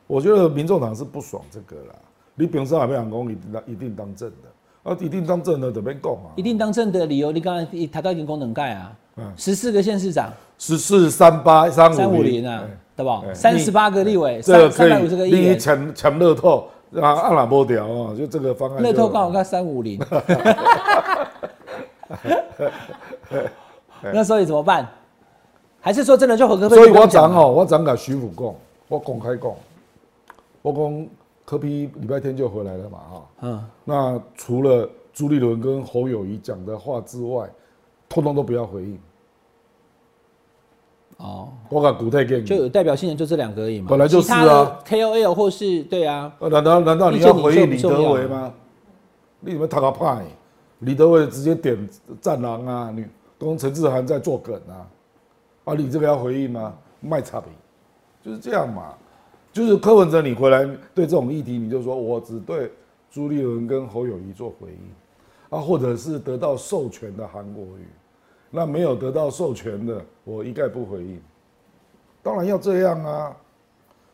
Speaker 3: 我觉得民众党是不爽这个啦。你平时还没有讲一定当一定当正的，啊，一定当政的怎么讲啊
Speaker 2: 一？定当政的理由，你刚才他刚已经功能盖啊
Speaker 3: 嗯，
Speaker 2: 十四个县市长，
Speaker 3: 十四三八三
Speaker 2: 三
Speaker 3: 五
Speaker 2: 五
Speaker 3: 零
Speaker 2: 零啊
Speaker 3: 哎，
Speaker 2: 对吧？
Speaker 3: 哎
Speaker 2: 三十八个立委，
Speaker 3: 这
Speaker 2: 三
Speaker 3: 个可
Speaker 2: 三百五十个
Speaker 3: 以，
Speaker 2: 议
Speaker 3: 你
Speaker 2: 员，
Speaker 3: 抢抢乐透啊，按哪波掉啊，就这个方案就。
Speaker 2: 乐透刚好看三五
Speaker 3: *laughs*
Speaker 2: 零，那所以怎么办？还是说真的就合格配？
Speaker 3: 所以我讲哦，我讲给徐府讲，我公开讲，我讲柯批礼拜天就回来了嘛哈、
Speaker 2: 嗯，
Speaker 3: 那除了朱立伦跟侯友谊讲的话之外，通通都不要回应。
Speaker 2: 哦，
Speaker 3: 我讲古代建
Speaker 2: 就
Speaker 3: 议，
Speaker 2: 有代表性的就这两个而已嘛，
Speaker 3: 本来就是啊
Speaker 2: 其他的，KOL 或是对啊，
Speaker 3: 呃难道难道你
Speaker 2: 意见
Speaker 3: 要
Speaker 2: 领
Speaker 3: 回
Speaker 2: 袖
Speaker 3: 应
Speaker 2: 不
Speaker 3: 李
Speaker 2: 重
Speaker 3: 德
Speaker 2: 要啊
Speaker 3: 维吗？你怎么他个派？李德维直接点战狼啊，你跟陈志涵在做梗啊，啊，你这个要回应吗？卖差评，就是这样嘛。就是柯文哲，你回来对这种议题，你就说我只对朱立伦跟侯友谊做回应，啊，或者是得到授权的韩国瑜，那没有得到授权的，我一概不回应。当然要这样啊，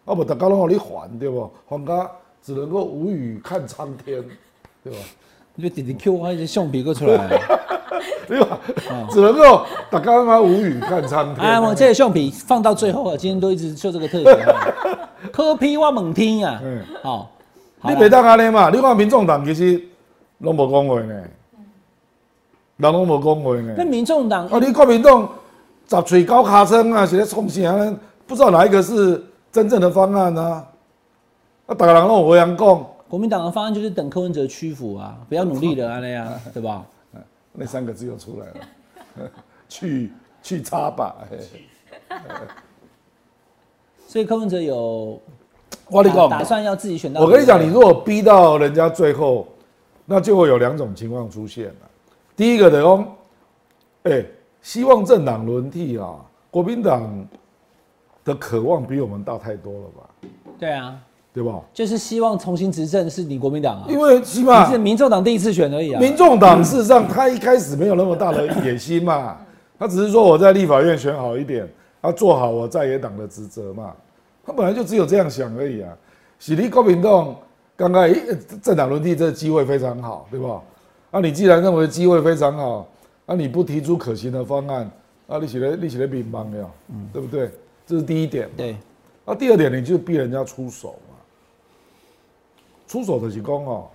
Speaker 3: 啊不，大家拢让你还对不？还家只能够无语看苍天，对吧？ *laughs*
Speaker 2: 你就弟弟 Q 我一直橡皮哥出来了，
Speaker 3: 对吧？只能够大家他妈无语看苍天。
Speaker 2: 哎，哦我这个橡皮放到最后啊，今天都一直秀这个特点
Speaker 3: *laughs*
Speaker 2: 啊，科批我猛听啊
Speaker 3: 嗯，
Speaker 2: 好，好
Speaker 3: 你
Speaker 2: 啦
Speaker 3: 袂当安尼嘛？你看民众党其实拢无讲话呢，人拢无讲话呢。
Speaker 2: 那民众党哦
Speaker 3: 啊，你国民党十嘴高卡声啊，是咧冲啥呢？不知道哪一个是真正的方案啊？啊，大家人拢有话人讲，
Speaker 2: 国民党的方案就是等柯文哲屈服啊，不要努力了
Speaker 3: *laughs*
Speaker 2: 啊那样，对吧？
Speaker 3: 那三个字又出来了， *laughs* 去去插吧。嘿
Speaker 2: 所以柯文哲有
Speaker 3: 我跟你
Speaker 2: 打
Speaker 3: 讲，
Speaker 2: 打算要自己选到。
Speaker 3: 我跟你讲，你如果逼到人家最后，那就会有两种情况出现了。第一个的哦，哎、希望政党轮替啊，国民党的渴望比我们大太多了吧，
Speaker 2: 对啊，
Speaker 3: 对吧？
Speaker 2: 就是希望重新执政是你国民党啊，
Speaker 3: 因为起码
Speaker 2: 你是民众党第一次选而已啊。
Speaker 3: 民众党事实上他一开始没有那么大的野心嘛，他只是说我在立法院选好一点，他做好我在野党的职责嘛，他本来就只有这样想而已啊。喜力国民党刚刚诶政党轮替这个机会非常好，对吧？啊，你既然认为机会非常好，啊，你不提出可行的方案，啊，你写的你写的民帮了，嗯对不对？这是第一点。
Speaker 2: 对，
Speaker 3: 啊，第二点，你就逼人家出手嘛。出手的是讲哦，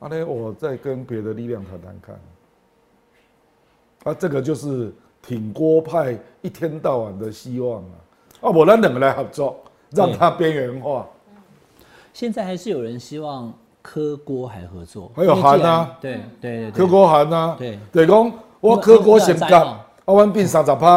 Speaker 3: 啊嘞，我在跟别的力量谈谈看。啊，这个就是挺郭派一天到晚的希望啊。啊，我咱两个来合作，让他边缘化。
Speaker 2: 现在还是有人希望柯郭还合作，
Speaker 3: 还有
Speaker 2: 因为既然
Speaker 3: 韩啊，
Speaker 2: 对对对
Speaker 3: 柯
Speaker 2: 对，
Speaker 3: 国涵啊，
Speaker 2: 对
Speaker 3: 对讲我柯国先
Speaker 2: 你们
Speaker 3: 干，
Speaker 2: 你们有知道
Speaker 3: 啊，阮变三十趴，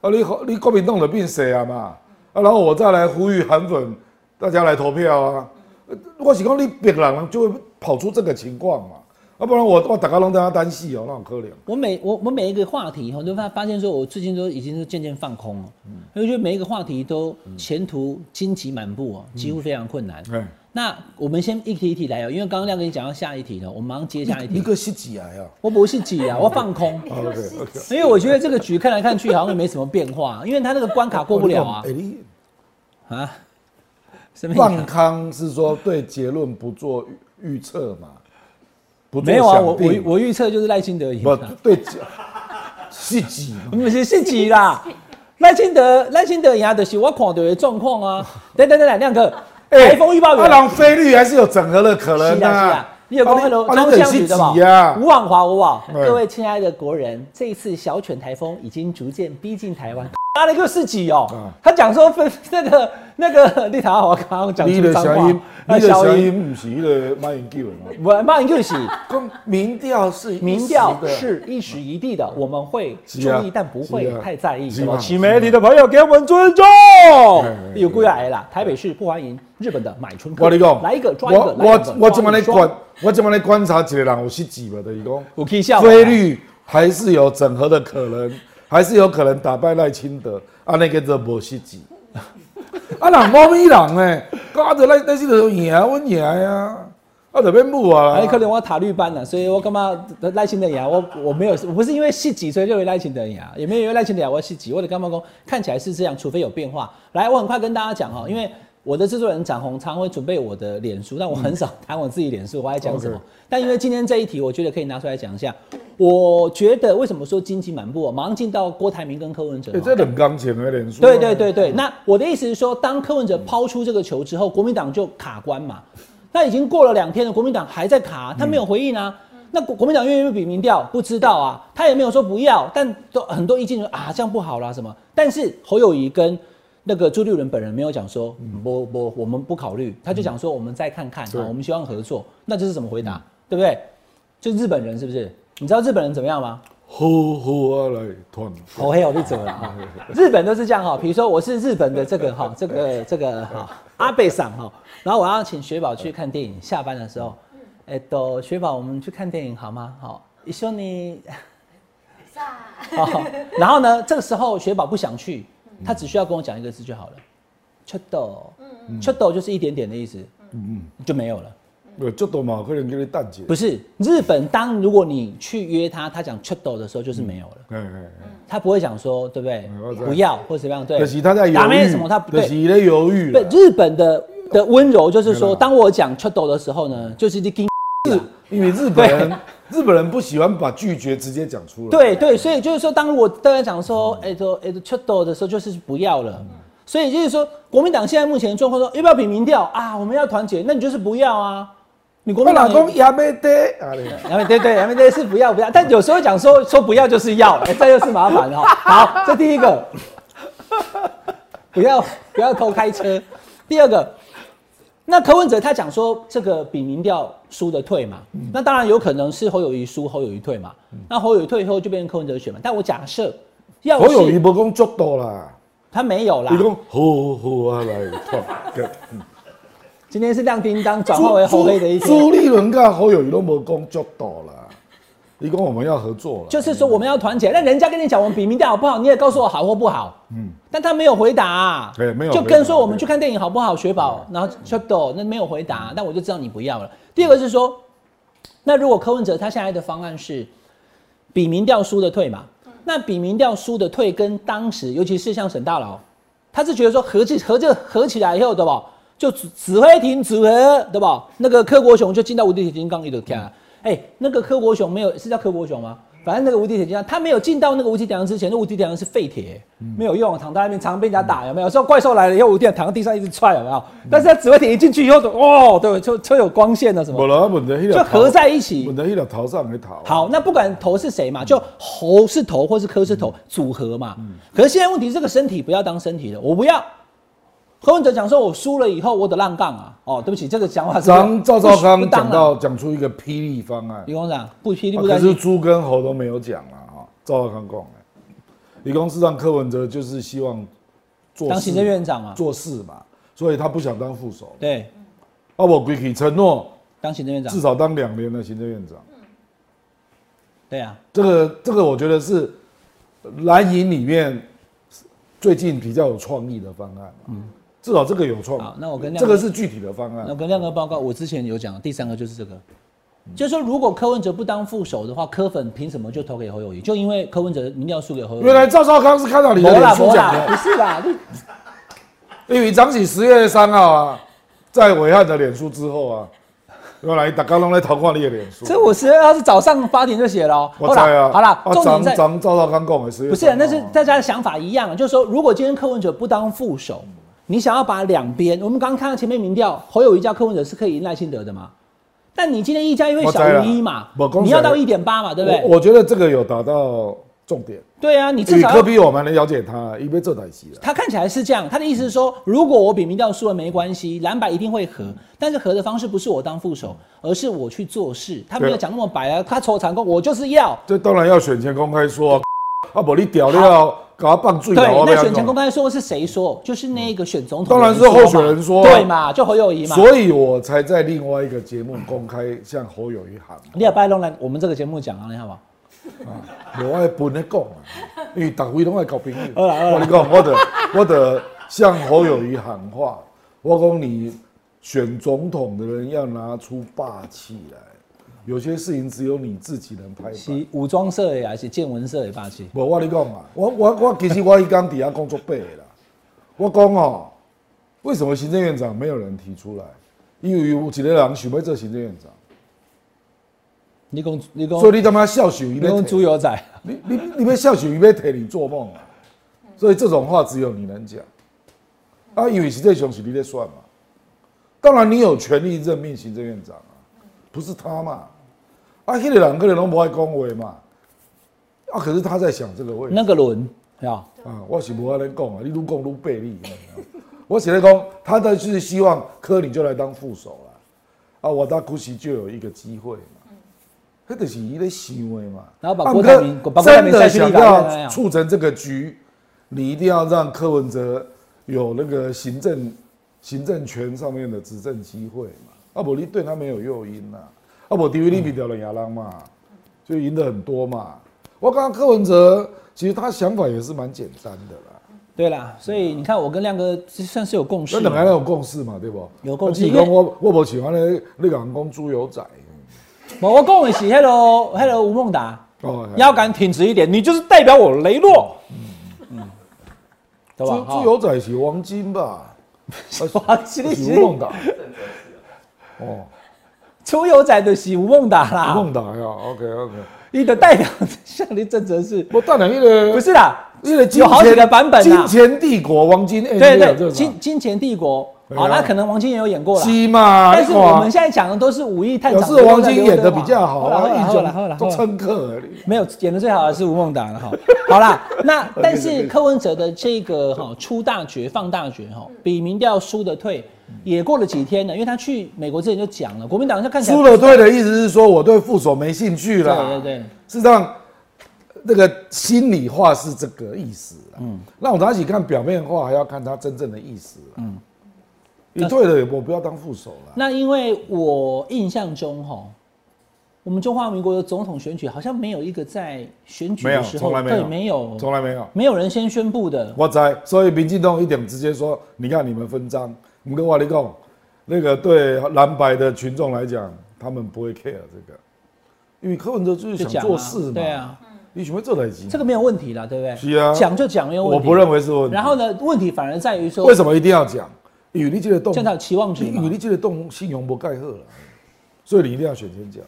Speaker 3: 啊，你你国民党就变谁啊嘛？啊，然后我再来呼吁韩粉大家来投票啊。呃我是讲你别人就会跑出这个情况嘛，要、不然我我大家拢在那单戏哦，那很可怜。
Speaker 2: 我每我我每一个话题哈，都发发现说，我最近都已经是渐渐放空了，
Speaker 3: 嗯
Speaker 2: 因为觉得每一个话题都前途荆棘满布哦，几乎非常困难。
Speaker 3: 哎、
Speaker 2: 那我们先一题一题来哦，因为刚刚亮哥你讲到下一题了，我们马上接下一
Speaker 3: 你
Speaker 2: 题。
Speaker 3: 个是几来啊
Speaker 2: 我不是挤啊，我放
Speaker 3: *laughs*
Speaker 2: 空，
Speaker 3: ？OK OK，
Speaker 2: 因为我觉得这个局看来看去好像也没什么变化，因为他那个关卡过不了啊
Speaker 3: 哎、你
Speaker 2: 啊，什么意思
Speaker 3: 哎放啊康是说对结论不做预预测嘛？不做
Speaker 2: 没有啊，
Speaker 3: 想
Speaker 2: 我我
Speaker 3: 定
Speaker 2: 我预测就是赖清德赢
Speaker 3: 不
Speaker 2: 啊，
Speaker 3: 对结是几嘛？
Speaker 2: 不是是挤啦， *laughs* 赖清德赖清德赢啊就是我看到的状况啊，等等等等，亮
Speaker 3: *laughs*
Speaker 2: 哥，台风预报员
Speaker 3: 哎阿郎菲律还是有整合的可
Speaker 2: 是
Speaker 3: 能
Speaker 2: 啦是
Speaker 3: 啊
Speaker 2: 啦，。你有公开楼
Speaker 3: 啊
Speaker 2: 中
Speaker 3: 你
Speaker 2: 相举的吧
Speaker 3: 啊你哎等是？
Speaker 2: 吴
Speaker 3: 几啊
Speaker 2: 婉华，吴婉，
Speaker 3: 对
Speaker 2: 各位亲爱的国人，这一次小犬台风已经逐渐逼近台湾。 *laughs* 他那个是几哦
Speaker 3: 啊？
Speaker 2: 他讲说分那个那个立塔，我刚刚讲
Speaker 3: 你
Speaker 2: 出
Speaker 3: 的
Speaker 2: 脏
Speaker 3: 声音
Speaker 2: 话，，呃
Speaker 3: 你的
Speaker 2: 小
Speaker 3: 声音不是那个马英九的吗？
Speaker 2: 我骂你
Speaker 3: *laughs*
Speaker 2: 就是
Speaker 3: 讲民调是
Speaker 2: 民调是一时一地的，我们会注
Speaker 3: 是啊
Speaker 2: 意，但不会
Speaker 3: 是啊
Speaker 2: 太在意。
Speaker 3: 是啊
Speaker 2: 请媒体的朋友给我们尊重
Speaker 3: 哎。
Speaker 2: 有归来啦，台北市不欢迎日本的买春客。
Speaker 3: 我跟你讲，
Speaker 2: 来一个抓一个
Speaker 3: 我，
Speaker 2: 来两个
Speaker 3: 我我怎
Speaker 2: 抓
Speaker 3: 么来
Speaker 2: 一双
Speaker 3: 观？我怎么来观察几个人有是几嘛？等于讲，
Speaker 2: 我可以笑我啊
Speaker 3: 菲律还是有整合的可能，还是有可能打败赖清德，啊那个就无是几。 *laughs* 啊，人猫咪人呢？搞啊，就赖赖清德赢，阮赢啊，啊就变母啊。
Speaker 2: 哎，可能我塔绿班了，所以我干嘛赖清德赢啊？我我没有，我不是因为戏几，所以认为赖清德赢啊，也没有因为赖清德赢我戏几，我的干嘛讲看起来是这样，除非有变化。来，我很快跟大家讲哈，因为我的制作人展宏常会准备我的脸书，但我很少谈我自己脸书，我爱讲什么
Speaker 3: OK。
Speaker 2: 但因为今天这一题，我觉得可以拿出来讲一下。我觉得为什么说荆棘满布、哦，马上进到郭台铭跟柯文哲、哦
Speaker 3: 哎，这冷钢琴的啊嗯脸书，
Speaker 2: 对对对，对，那我的意思是说，当柯文哲抛出这个球之后，国民党就卡关嘛。
Speaker 3: 嗯
Speaker 2: 那已经过了两天了，国民党还在卡啊、他没有回应啊。
Speaker 3: 嗯
Speaker 2: 那国国民党愿不愿意比民调？不知道啊，他也没有说不要，但都很多意见就啊这样不好啦什么。但是侯友谊跟那个朱立伦本人没有讲说不不我们不考虑，他就讲说我们再看看，
Speaker 3: 嗯对嗯
Speaker 2: 啊我们希望合作。那这是怎么回答？对不对？就日本人是不是？你知道日本人怎么样吗？
Speaker 3: 好好啊来团，
Speaker 2: 好黑有哦力走了哈。日本都是这样哈，比如说我是日本的这个哈，这个这个哈阿贝桑哈，然后我要请雪宝去看电影，下班的时候，哎，都雪宝，我们去看电影好吗？好，一緒你。好，然后呢，这个时候雪宝不想去，他只需要跟我讲一个字就好了，c h 秋豆，秋豆就是一点点的意思，就没有了。
Speaker 3: 呃，这都嘛可能给你淡解，
Speaker 2: 不是日本，当如果你去约他，他讲 c h 秋豆的时候就是没有了。
Speaker 3: 哎哎，哎
Speaker 2: 他不会讲说，对不对
Speaker 3: 嗯我知？道
Speaker 2: 不要或者怎么样，对。
Speaker 3: 可惜他在犹
Speaker 2: 打咩
Speaker 3: 豫，
Speaker 2: 什么？他不
Speaker 3: 可
Speaker 2: 对。
Speaker 3: 惜在犹豫啦
Speaker 2: 对，日本的的温柔就是
Speaker 3: 对
Speaker 2: 说，
Speaker 3: 啦嗯
Speaker 2: 当我讲 c h u d o 的时候呢，就是你跟
Speaker 3: 因为日
Speaker 2: *laughs*
Speaker 3: 本人日本人不喜欢把拒绝直接讲出来，
Speaker 2: 对对，所以就是说，当我大家讲说，哎都哎都 c h u d o 的时候，就是不要了。所以就是说，国民党现在目前的状况说，要不要比民调啊？我们要团结，那你就是不要啊。你国
Speaker 3: 我
Speaker 2: 民
Speaker 3: 老
Speaker 2: 党也
Speaker 3: 公也没得
Speaker 2: *laughs*
Speaker 3: 啊嘞，
Speaker 2: 然后对对，然后对是不要不要，但有时候讲说说不要就是要，哎这又是麻烦了哦。好，这第一个，不要不要偷开车。第二个，那柯文哲他讲说这个比民调输的退嘛，
Speaker 3: 嗯
Speaker 2: 那当然有可能是侯友谊输，侯友谊退嘛。那侯友谊退以后就变成柯文哲选嘛。但我假设，要
Speaker 3: 我有一
Speaker 2: 是啊
Speaker 3: 波讲做到啦，
Speaker 2: 他没有啦
Speaker 3: 你，讲好好
Speaker 2: *laughs*
Speaker 3: 啊来团，
Speaker 2: 今天是亮叮当转化为红黑的一
Speaker 3: 朱
Speaker 2: 天。
Speaker 3: 朱立伦跟侯友谊都没讲做到啦，你讲我们要合作了，
Speaker 2: 就是说我们要团结，那人家跟你讲我们比民调好不好，你也告诉我好或不好。嗯，但他没有回答、啊，
Speaker 3: 对哎没有
Speaker 2: 就
Speaker 3: 回答
Speaker 2: 跟说我们去看电影好不好，雪宝，然后 c h d o 那没有回答，但我就知道你不要了。第二个是说，那如果柯文哲他现在的方案是比民调输的退嘛，
Speaker 3: 嗯
Speaker 2: 那比民调输的退跟当时，尤其是像沈大佬，他是觉得说合计合这合起来以后，对吧？就指指挥庭组合，对吧？那个柯国雄就进到无敌铁金刚里头
Speaker 3: 嗯
Speaker 2: 看，哎、那个柯国雄没有是叫柯国雄吗？反正那个无敌铁金刚，他没有进到那个无敌铁金刚之前，那无敌铁金刚是废铁，
Speaker 3: 嗯
Speaker 2: 没有用，躺在那边常被人家打，有没有？说怪兽来了以后，无敌铁躺在地上一直踹，有没有？
Speaker 3: 嗯
Speaker 2: 但是他指挥艇一进去以后，哦，对，就就有光线了什
Speaker 3: 没
Speaker 2: 么，
Speaker 3: 了，问题那
Speaker 2: 就
Speaker 3: 个
Speaker 2: 合在一起
Speaker 3: 问。题那个头上的头，啊
Speaker 2: 好，那不管头是谁
Speaker 3: 嗯
Speaker 2: 嘛，就猴是头或是科是头、组合嘛。可是现在问题是这个身体不要当身体了，我不要。柯文哲讲说，我输了以后我得浪杠啊。哦，对不起，这个讲法是
Speaker 3: 嗯张赵
Speaker 2: 不
Speaker 3: 少
Speaker 2: 不
Speaker 3: 康
Speaker 2: 当
Speaker 3: 讲
Speaker 2: 啊
Speaker 3: 到讲出一个霹雳方案，
Speaker 2: 李工长不批力
Speaker 3: 啊
Speaker 2: 不
Speaker 3: 可
Speaker 2: 干
Speaker 3: 是
Speaker 2: 净，
Speaker 3: 猪跟猴都没有讲啊，哈，赵少康讲的，理工是让柯文哲就是希望做
Speaker 2: 当
Speaker 3: 事
Speaker 2: 行政院长嘛，
Speaker 3: 做事嘛，所以他不想当副手。
Speaker 2: 对，
Speaker 3: 啊，我规矩承诺
Speaker 2: 当行政院长
Speaker 3: 至，少当两年的行政院长，
Speaker 2: 对啊，
Speaker 3: 这个这个我觉得是蓝营里面最近比较有创意的方案嘛，至少这个有创
Speaker 2: 嗯好那我跟亮
Speaker 3: 这个是具体的方
Speaker 2: 那
Speaker 3: 案，
Speaker 2: 跟亮哥报告，
Speaker 3: 嗯
Speaker 2: 我之前有讲，第三个就是这个，就是说如果柯文哲不当副手的话，柯粉凭什么就投给侯友谊？就因为柯文哲民调输给侯友谊。
Speaker 3: 原来赵少康是看到你的
Speaker 2: 没啦
Speaker 3: 脸书
Speaker 2: 没
Speaker 3: 讲
Speaker 2: 啦，不
Speaker 3: 的，
Speaker 2: 是啦，你
Speaker 3: 因为张喜十月三号啊，在伟汉的脸书之后啊，原来大家拢在投看你的脸书。
Speaker 2: 这我十二号是早上八点就写了、哦。
Speaker 3: 嗯我
Speaker 2: 后
Speaker 3: 知
Speaker 2: 来
Speaker 3: 啊，
Speaker 2: 好啦，重点
Speaker 3: 张
Speaker 2: 在
Speaker 3: 张赵少康讲的十月
Speaker 2: 不是啊，
Speaker 3: 三号
Speaker 2: 那是大家的想法一样，就是说，如果今天柯文哲不当副手，你想要把两边，我们刚刚看到前面民调，侯友谊加柯文哲是可以赢赖清德的嘛？但你今天一加一会小于一嘛
Speaker 3: 我知道啦我讲起来，
Speaker 2: 你要到一点八嘛，对不对？
Speaker 3: 我我觉得这个有达到重点，
Speaker 2: 对啊，你至
Speaker 3: 与
Speaker 2: 少
Speaker 3: 科
Speaker 2: 要
Speaker 3: 比我们能了解他，因为这台戏了。
Speaker 2: 他看起来是这样，他的意思是说，如果我比民调输了没关系，蓝白一定会和，但是和的方式不是我当副手，而是我去做事。他没有
Speaker 3: 对
Speaker 2: 讲那么白啊，他愁长工，我就是要。
Speaker 3: 这当然要选前公开说啊， *laughs* 啊不你屌料，搞他棒最
Speaker 2: 对
Speaker 3: 好，
Speaker 2: 那选前公开说是谁说？就是那个选总统
Speaker 3: 嗯当
Speaker 2: 的
Speaker 3: 然
Speaker 2: 人
Speaker 3: 是
Speaker 2: 说嘛，
Speaker 3: 候选人说啊
Speaker 2: 对嘛？就侯友谊嘛。
Speaker 3: 所以我才在另外一个节目公开向侯友谊喊，
Speaker 2: 你也拜弄来我们这个节目讲啊，你好不好？
Speaker 3: 我爱本来
Speaker 2: *laughs*
Speaker 3: 讲啊，因为大家都爱搞朋友。
Speaker 2: 好啦好啦
Speaker 3: 我跟你讲，我得 *laughs* 我得向侯友谊喊话，我讲你选总统的人要拿出霸气来，有些事情只有你自己能拍板。
Speaker 2: 是武装社也还是见闻社也霸气？
Speaker 3: 无，我跟你讲啊，我我我其实我迄工伫遐讲作白的啦。我讲哦，为什么行政院长没有人提出来？因为有几个人想要做行政院长，
Speaker 2: 你讲你讲
Speaker 3: 所以你干嘛笑许
Speaker 2: 你
Speaker 3: 你要
Speaker 2: 讲
Speaker 3: 提
Speaker 2: 猪油仔，
Speaker 3: 你你你被笑许你被提你做梦啊！所以这种话只有你能讲。啊，因为行政雄是你在算嘛，当然你有权利任命行政院长啊，不是他嘛。啊，那个人可能都不爱恭维嘛。啊，可是他在想这个问题。
Speaker 2: 那个轮啊，
Speaker 3: 啊，我是无安尼讲啊，你愈讲愈背你。我是在讲，他的就是希望科里就来当副手啦，啊，我当估计就有一个机会嘛。那就是伊咧想的嘛。
Speaker 2: 嗯然后把
Speaker 3: 啊
Speaker 2: 郭
Speaker 3: 不过
Speaker 2: 台铭把郭台
Speaker 3: 真
Speaker 2: 铭
Speaker 3: 的
Speaker 2: 塞去
Speaker 3: 想
Speaker 2: 立法院那
Speaker 3: 要
Speaker 2: 样
Speaker 3: 促成这个局，你一定要让柯文哲有那个行政行政权上面的执政机会嘛。啊，不，你对他没有诱因呐、啊。啊，不，因为你
Speaker 2: 嗯
Speaker 3: 比掉了亚郎嘛。就赢得很多嘛。我刚刚柯文哲其实他想法也是蛮简单的啦，
Speaker 2: 对啦，所以你看我跟亮哥算是有共识
Speaker 3: 那，两个人有共识嘛，对不？
Speaker 2: 有共识
Speaker 3: 你讲我我不喜欢那那个公猪油仔，
Speaker 2: 我我讲的是 Hello Hello 吴孟达，
Speaker 3: 哦
Speaker 2: 腰杆挺直一点，你就是代表我雷诺，嗯对吧
Speaker 3: 猪？猪油仔是王金吧？
Speaker 2: *laughs* 哦哇，是你 *laughs*
Speaker 3: *laughs* 是
Speaker 2: 是
Speaker 3: 吴孟达。哦，
Speaker 2: 出游仔就是吴孟达
Speaker 3: 吴
Speaker 2: 啦，
Speaker 3: 孟达呀，OK OK。
Speaker 2: 你的代表 *laughs* 像你正则是，
Speaker 3: 我当然那个
Speaker 2: 不是啦？
Speaker 3: 那个金
Speaker 2: 有好几
Speaker 3: 钱
Speaker 2: 个版本啊
Speaker 3: 金钱帝国王金，哎
Speaker 2: 对
Speaker 3: 你有
Speaker 2: 对
Speaker 3: 这
Speaker 2: 对，
Speaker 3: 个
Speaker 2: 金金钱帝国，哦
Speaker 3: 对啊
Speaker 2: 好，那可能王晶也有演过啦。
Speaker 3: 鸡嘛，
Speaker 2: 但是
Speaker 3: 你看
Speaker 2: 我们现在讲的都是武义探
Speaker 3: 表
Speaker 2: 长，
Speaker 3: 示王金演的比较好
Speaker 2: 后来
Speaker 3: 啊，
Speaker 2: 后来后来
Speaker 3: 都
Speaker 2: 后来，
Speaker 3: 称客而已。
Speaker 2: 没有演的最好的是吴孟达了哈。好
Speaker 3: *laughs*
Speaker 2: 啦，那但是柯文哲的这个哈出大决放大决哈，
Speaker 3: 嗯
Speaker 2: 比民调输的退，也过了几天了，因为他去美国之前就讲了，国民党他看起来
Speaker 3: 输了对的意思是说我对副手没兴趣啦。
Speaker 2: 对对对
Speaker 3: 事实上，那个心里话是这个意思啦。嗯，那我们一起看表面话，还要看他真正的意思。嗯，你对了，我不要当副手了。
Speaker 2: 那因为我印象中哈，我们中华民国的总统选举好像没有一个在选举
Speaker 3: 没有，
Speaker 2: 的时候
Speaker 3: 从来没有，
Speaker 2: 对没有
Speaker 3: 从来没有。
Speaker 2: 没有人先宣布的，
Speaker 3: 我在，所以民进党一点直接说，你看你们分赃，我们跟瓦力讲，那个对蓝白的群众来讲，他们不会 care 这个，因为柯文哲就是
Speaker 2: 就
Speaker 3: 想
Speaker 2: 讲
Speaker 3: 做
Speaker 2: 啊
Speaker 3: 事嘛，
Speaker 2: 对，啊，
Speaker 3: 你想要做代志，
Speaker 2: 这个没有问题啦，对不对？
Speaker 3: 是啊
Speaker 2: 讲就讲没有问
Speaker 3: 我
Speaker 2: 题。
Speaker 3: 不认为是问题。
Speaker 2: 然后呢，问题反而在于说，
Speaker 3: 为什么一定要讲？因为你这个动
Speaker 2: 这，样才有期望值
Speaker 3: 因为
Speaker 2: 嘛
Speaker 3: 你？这个动信用不盖好了，所以你一定要选先讲。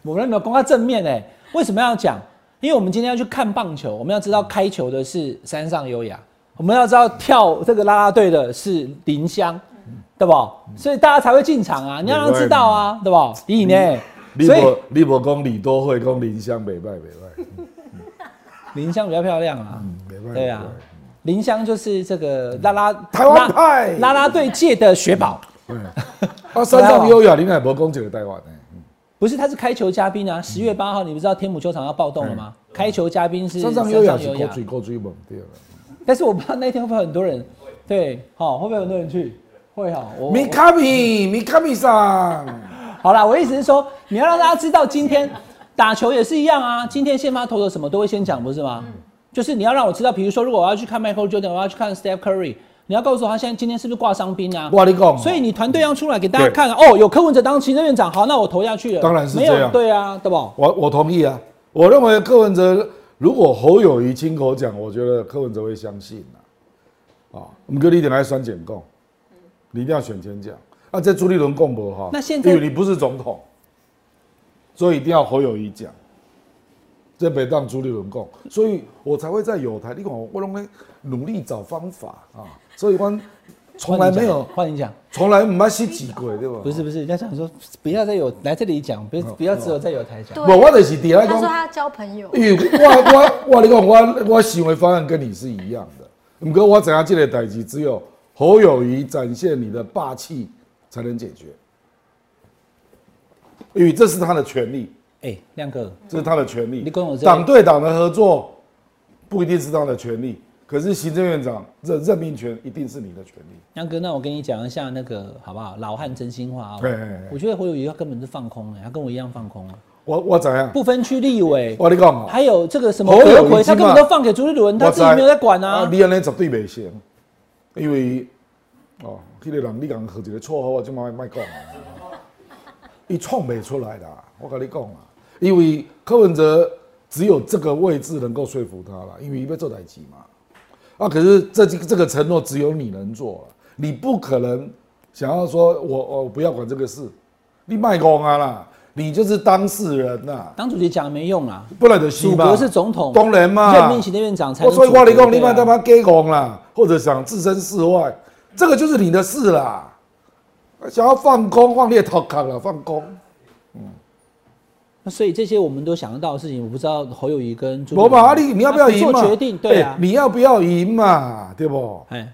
Speaker 2: 我们没有公开正面哎、为什么要讲？因为我们今天要去看棒球，我们要知道开球的是山上优雅，我们要知道跳这个啦啦队的是林香，对不？所以大家才会进场啊，你要让他知道啊，对不？以呢，
Speaker 3: 你
Speaker 2: 所以
Speaker 3: 不你不讲李多惠，讲林香北 *laughs* 拜北拜，
Speaker 2: 林香比较漂亮啊，
Speaker 3: 嗯北拜
Speaker 2: 对啊，林香就是这个啦啦
Speaker 3: 台湾派
Speaker 2: 啦啦啦队界的雪宝，
Speaker 3: 啊，山上优雅，你乃不讲一个台湾呢？
Speaker 2: 不是，他是开球嘉宾啊。十月八号，你不知道天母球场要暴动了吗？开球嘉宾是
Speaker 3: 嗯山上优雅是高追高追猛对了。
Speaker 2: 但是我不知道那一天会不会很多人，对，好、会不会很多人去？会哈，我
Speaker 3: 米卡米米卡米上，
Speaker 2: 好啦，我意思是说，你要让大家知道，今天 *laughs* 打球也是一样啊。今天先发投的什么都会先讲，不是
Speaker 3: 嗯
Speaker 2: 吗？就是你要让我知道，比如说，如果我要去看 Michael Jordan，我要去看 Steph Curry，你要告诉我他现在今天是不是挂伤兵啊？
Speaker 3: 我跟你讲，
Speaker 2: 所以你团队要出来给大家看啊哦，有柯文哲当行政院长，好，那我投下去了。
Speaker 3: 当然是
Speaker 2: 没有
Speaker 3: 这样
Speaker 2: 对啊，对不？
Speaker 3: 我我同意啊，我认为柯文哲如果侯友谊亲口讲，我觉得柯文哲会相信啊。啊，我们跟你点来酸检供，你一定要选前讲啊，这朱立伦共不哈？
Speaker 2: 那现在
Speaker 3: 因为你不是总统，所以一定要侯友谊讲，这北当朱立伦共，所以我才会在友台，你看我我拢在努力找方法啊，所以我从来没有，
Speaker 2: 换你讲，
Speaker 3: 从来唔捌失几过，对吧？
Speaker 2: 不是不是，人家想说不要再有来这里讲，不
Speaker 3: 哦
Speaker 2: 要不要只有在有台讲。
Speaker 5: 对
Speaker 3: 不，我就是底下
Speaker 5: 他
Speaker 3: 讲
Speaker 5: 说。他要交朋友，
Speaker 3: 因为我我我你讲我我行为方案跟你是一样的，不过我怎样这个代志，只有侯友谊展现你的霸气才能解决，因为这是他的权利，
Speaker 2: 哎、亮哥，
Speaker 3: 这是他的权利
Speaker 2: 嗯你跟我。这
Speaker 3: 党对党的合作不一定是他的权利，可是行政院长任任命权一定是你的权利。
Speaker 2: 亮哥，那我跟你讲一下那个好不好？老汉真心话啊、
Speaker 3: 哎哎哎
Speaker 2: 我觉得侯友谊他根本是放空了、他跟我一样放空啊，
Speaker 3: 我我怎样？
Speaker 2: 不分区立委，
Speaker 3: 我跟你讲啊，
Speaker 2: 还有这个什么
Speaker 3: 侯友谊
Speaker 2: 德奎，
Speaker 3: 起
Speaker 2: 他
Speaker 3: 码
Speaker 2: 根本都放给朱立伦，他自己没有在管
Speaker 3: 我
Speaker 2: 啊
Speaker 3: 知。你安尼绝对袂行，因为哦，迄、个人你共学一个绰号，我即摆卖讲啊，伊创袂出来啦。我跟你讲啊，因为柯文哲只有这个位置能够说服他啦，因为伊要做代志嘛。啊，可是这这个承诺只有你能做了，你不可能想要说我我不要管这个事，你卖公啊啦，你就是当事人呐、
Speaker 2: 当主席讲没用啊，
Speaker 3: 不然就死
Speaker 2: 祖
Speaker 3: 嘛
Speaker 2: 国是总统，
Speaker 3: 当然嘛
Speaker 2: 任命行政院长才
Speaker 3: 我
Speaker 2: 能
Speaker 3: 所以
Speaker 2: 组阁。
Speaker 3: 话你讲，你
Speaker 2: 对啊
Speaker 3: 卖他妈给公啦，或者想置身事外，这个就是你的事啦。想要放空，放猎头壳了，放空。
Speaker 2: 那所以这些我们都想得到的事情，我不知道侯友谊跟朱立
Speaker 3: 罗
Speaker 2: 伦
Speaker 3: 马阿啊力，你要不要
Speaker 2: 他
Speaker 3: 赢嘛？
Speaker 2: 做决定，对啊
Speaker 3: 哎，你要不要赢嘛？对不？
Speaker 2: 哎，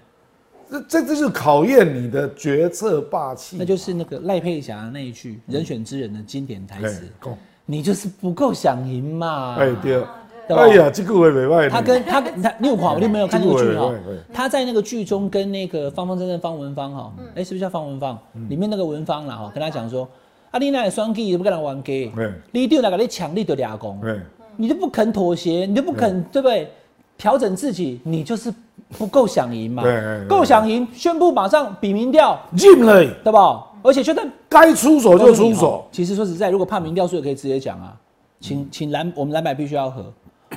Speaker 3: 这这这就是考验你的决策霸气。
Speaker 2: 那就是那个赖佩霞那一句“人选之人”的经典台
Speaker 3: 哎
Speaker 2: 词，
Speaker 3: 讲
Speaker 2: 你就是不够想赢嘛。
Speaker 3: 哎对，
Speaker 2: 对吧
Speaker 3: 哎呀，这个也没外。
Speaker 2: 他跟他他你有看我你没有看那个剧哈
Speaker 3: *laughs* 对对对？
Speaker 2: 他在那个剧中跟那个方方正正方文芳哈，哎、是不是叫方文芳？
Speaker 3: 嗯
Speaker 2: 里面那个文芳啦哈，跟他讲说，啊，你那里双 G 不跟人玩 gay，
Speaker 3: 对
Speaker 2: 你丢哪个你抢你就俩公，
Speaker 3: 哎，
Speaker 2: 你都不肯妥协，你都不肯对不对？调整自己，你就是不够想赢嘛
Speaker 3: 对对对，
Speaker 2: 够想赢，宣布马上比民调，
Speaker 3: 进了，
Speaker 2: 对吧？而且就在
Speaker 3: 该出手就出手。
Speaker 2: 哦
Speaker 3: 嗯
Speaker 2: 其实说实在，如果怕民调输，也可以直接讲啊，请请蓝我们蓝白必须要和，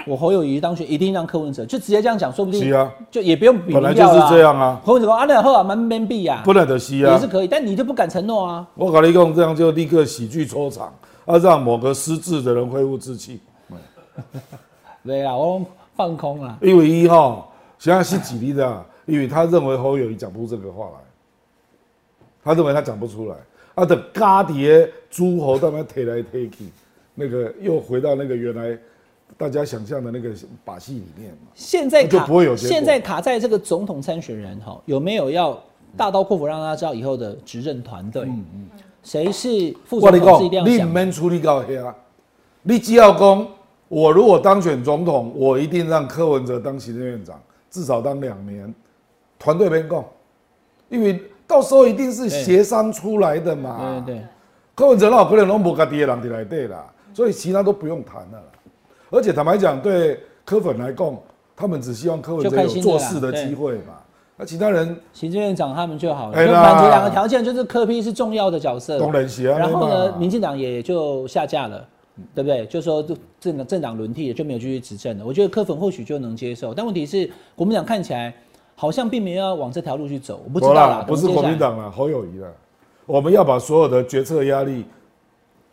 Speaker 2: 我侯友谊当选一定让柯文哲，就直接这样讲，说不定
Speaker 3: 是啊，
Speaker 2: 就也不用比
Speaker 3: 本来
Speaker 2: 民调
Speaker 3: 就是
Speaker 2: 了啊
Speaker 3: 这样啊
Speaker 2: 柯文哲说啊，那后啊，蛮面壁啊，
Speaker 3: 不能的西
Speaker 2: 也
Speaker 3: 啊
Speaker 2: 是，可以，但你就不敢承诺啊。
Speaker 3: 我搞了一共这样就立刻喜剧收场，啊，让某个失智的人恢复志气。
Speaker 2: 对啊，我放空啊，
Speaker 3: 因为一号实际上是几例的啊，因为他认为侯友谊讲不出这个话来，他认为他讲不出来，啊，等嘎蝶诸侯他们推来推去，那个又回到那个原来大家想象的那个把戏里面嘛。
Speaker 2: 现在
Speaker 3: 那就
Speaker 2: 卡
Speaker 3: 不会有结果
Speaker 2: 现在卡在这个总统参选人哈，有没有要大刀阔斧让大家知道以后的执政团队？谁是副
Speaker 3: 嗯
Speaker 2: 总
Speaker 3: 我跟你
Speaker 2: 统是一定
Speaker 3: 讲，
Speaker 2: 要
Speaker 3: 你
Speaker 2: 想
Speaker 3: 唔
Speaker 2: 的。
Speaker 3: 免处理到黑啊，你只要讲，我如果当选总统，我一定让柯文哲当行政院长，至少当两年，团队边讲，因为到时候一定是协商出来的嘛。
Speaker 2: 对对对，
Speaker 3: 柯文哲老可能拢无家己的人伫内底啦，所以其他都不用谈了啦。而且坦白讲，对柯粉来讲，他们只希望柯文
Speaker 2: 就
Speaker 3: 哲
Speaker 2: 开
Speaker 3: 有
Speaker 2: 心
Speaker 3: 做
Speaker 2: 的啦
Speaker 3: 事的
Speaker 2: 对
Speaker 3: 机会嘛。那其他人
Speaker 2: 行政院长他们就好了，
Speaker 3: 哎
Speaker 2: 就
Speaker 3: 啦
Speaker 2: 满足两个条件，就是柯批是重要的角色，
Speaker 3: 当然嗯是啊
Speaker 2: 然后
Speaker 3: 那
Speaker 2: 呢，
Speaker 3: 嘛
Speaker 2: 民进党也就下架了。对不对？就说政政党轮替了，就没有继续执政了。我觉得柯粉或许就能接受，但问题是，国民党看起来好像并没有要往这条路去走。我不知道啦，
Speaker 3: 不
Speaker 2: 可
Speaker 3: 是
Speaker 2: 能接
Speaker 3: 国
Speaker 2: 下来
Speaker 3: 民。党啦，侯友谊啦，我们要把所有的决策压力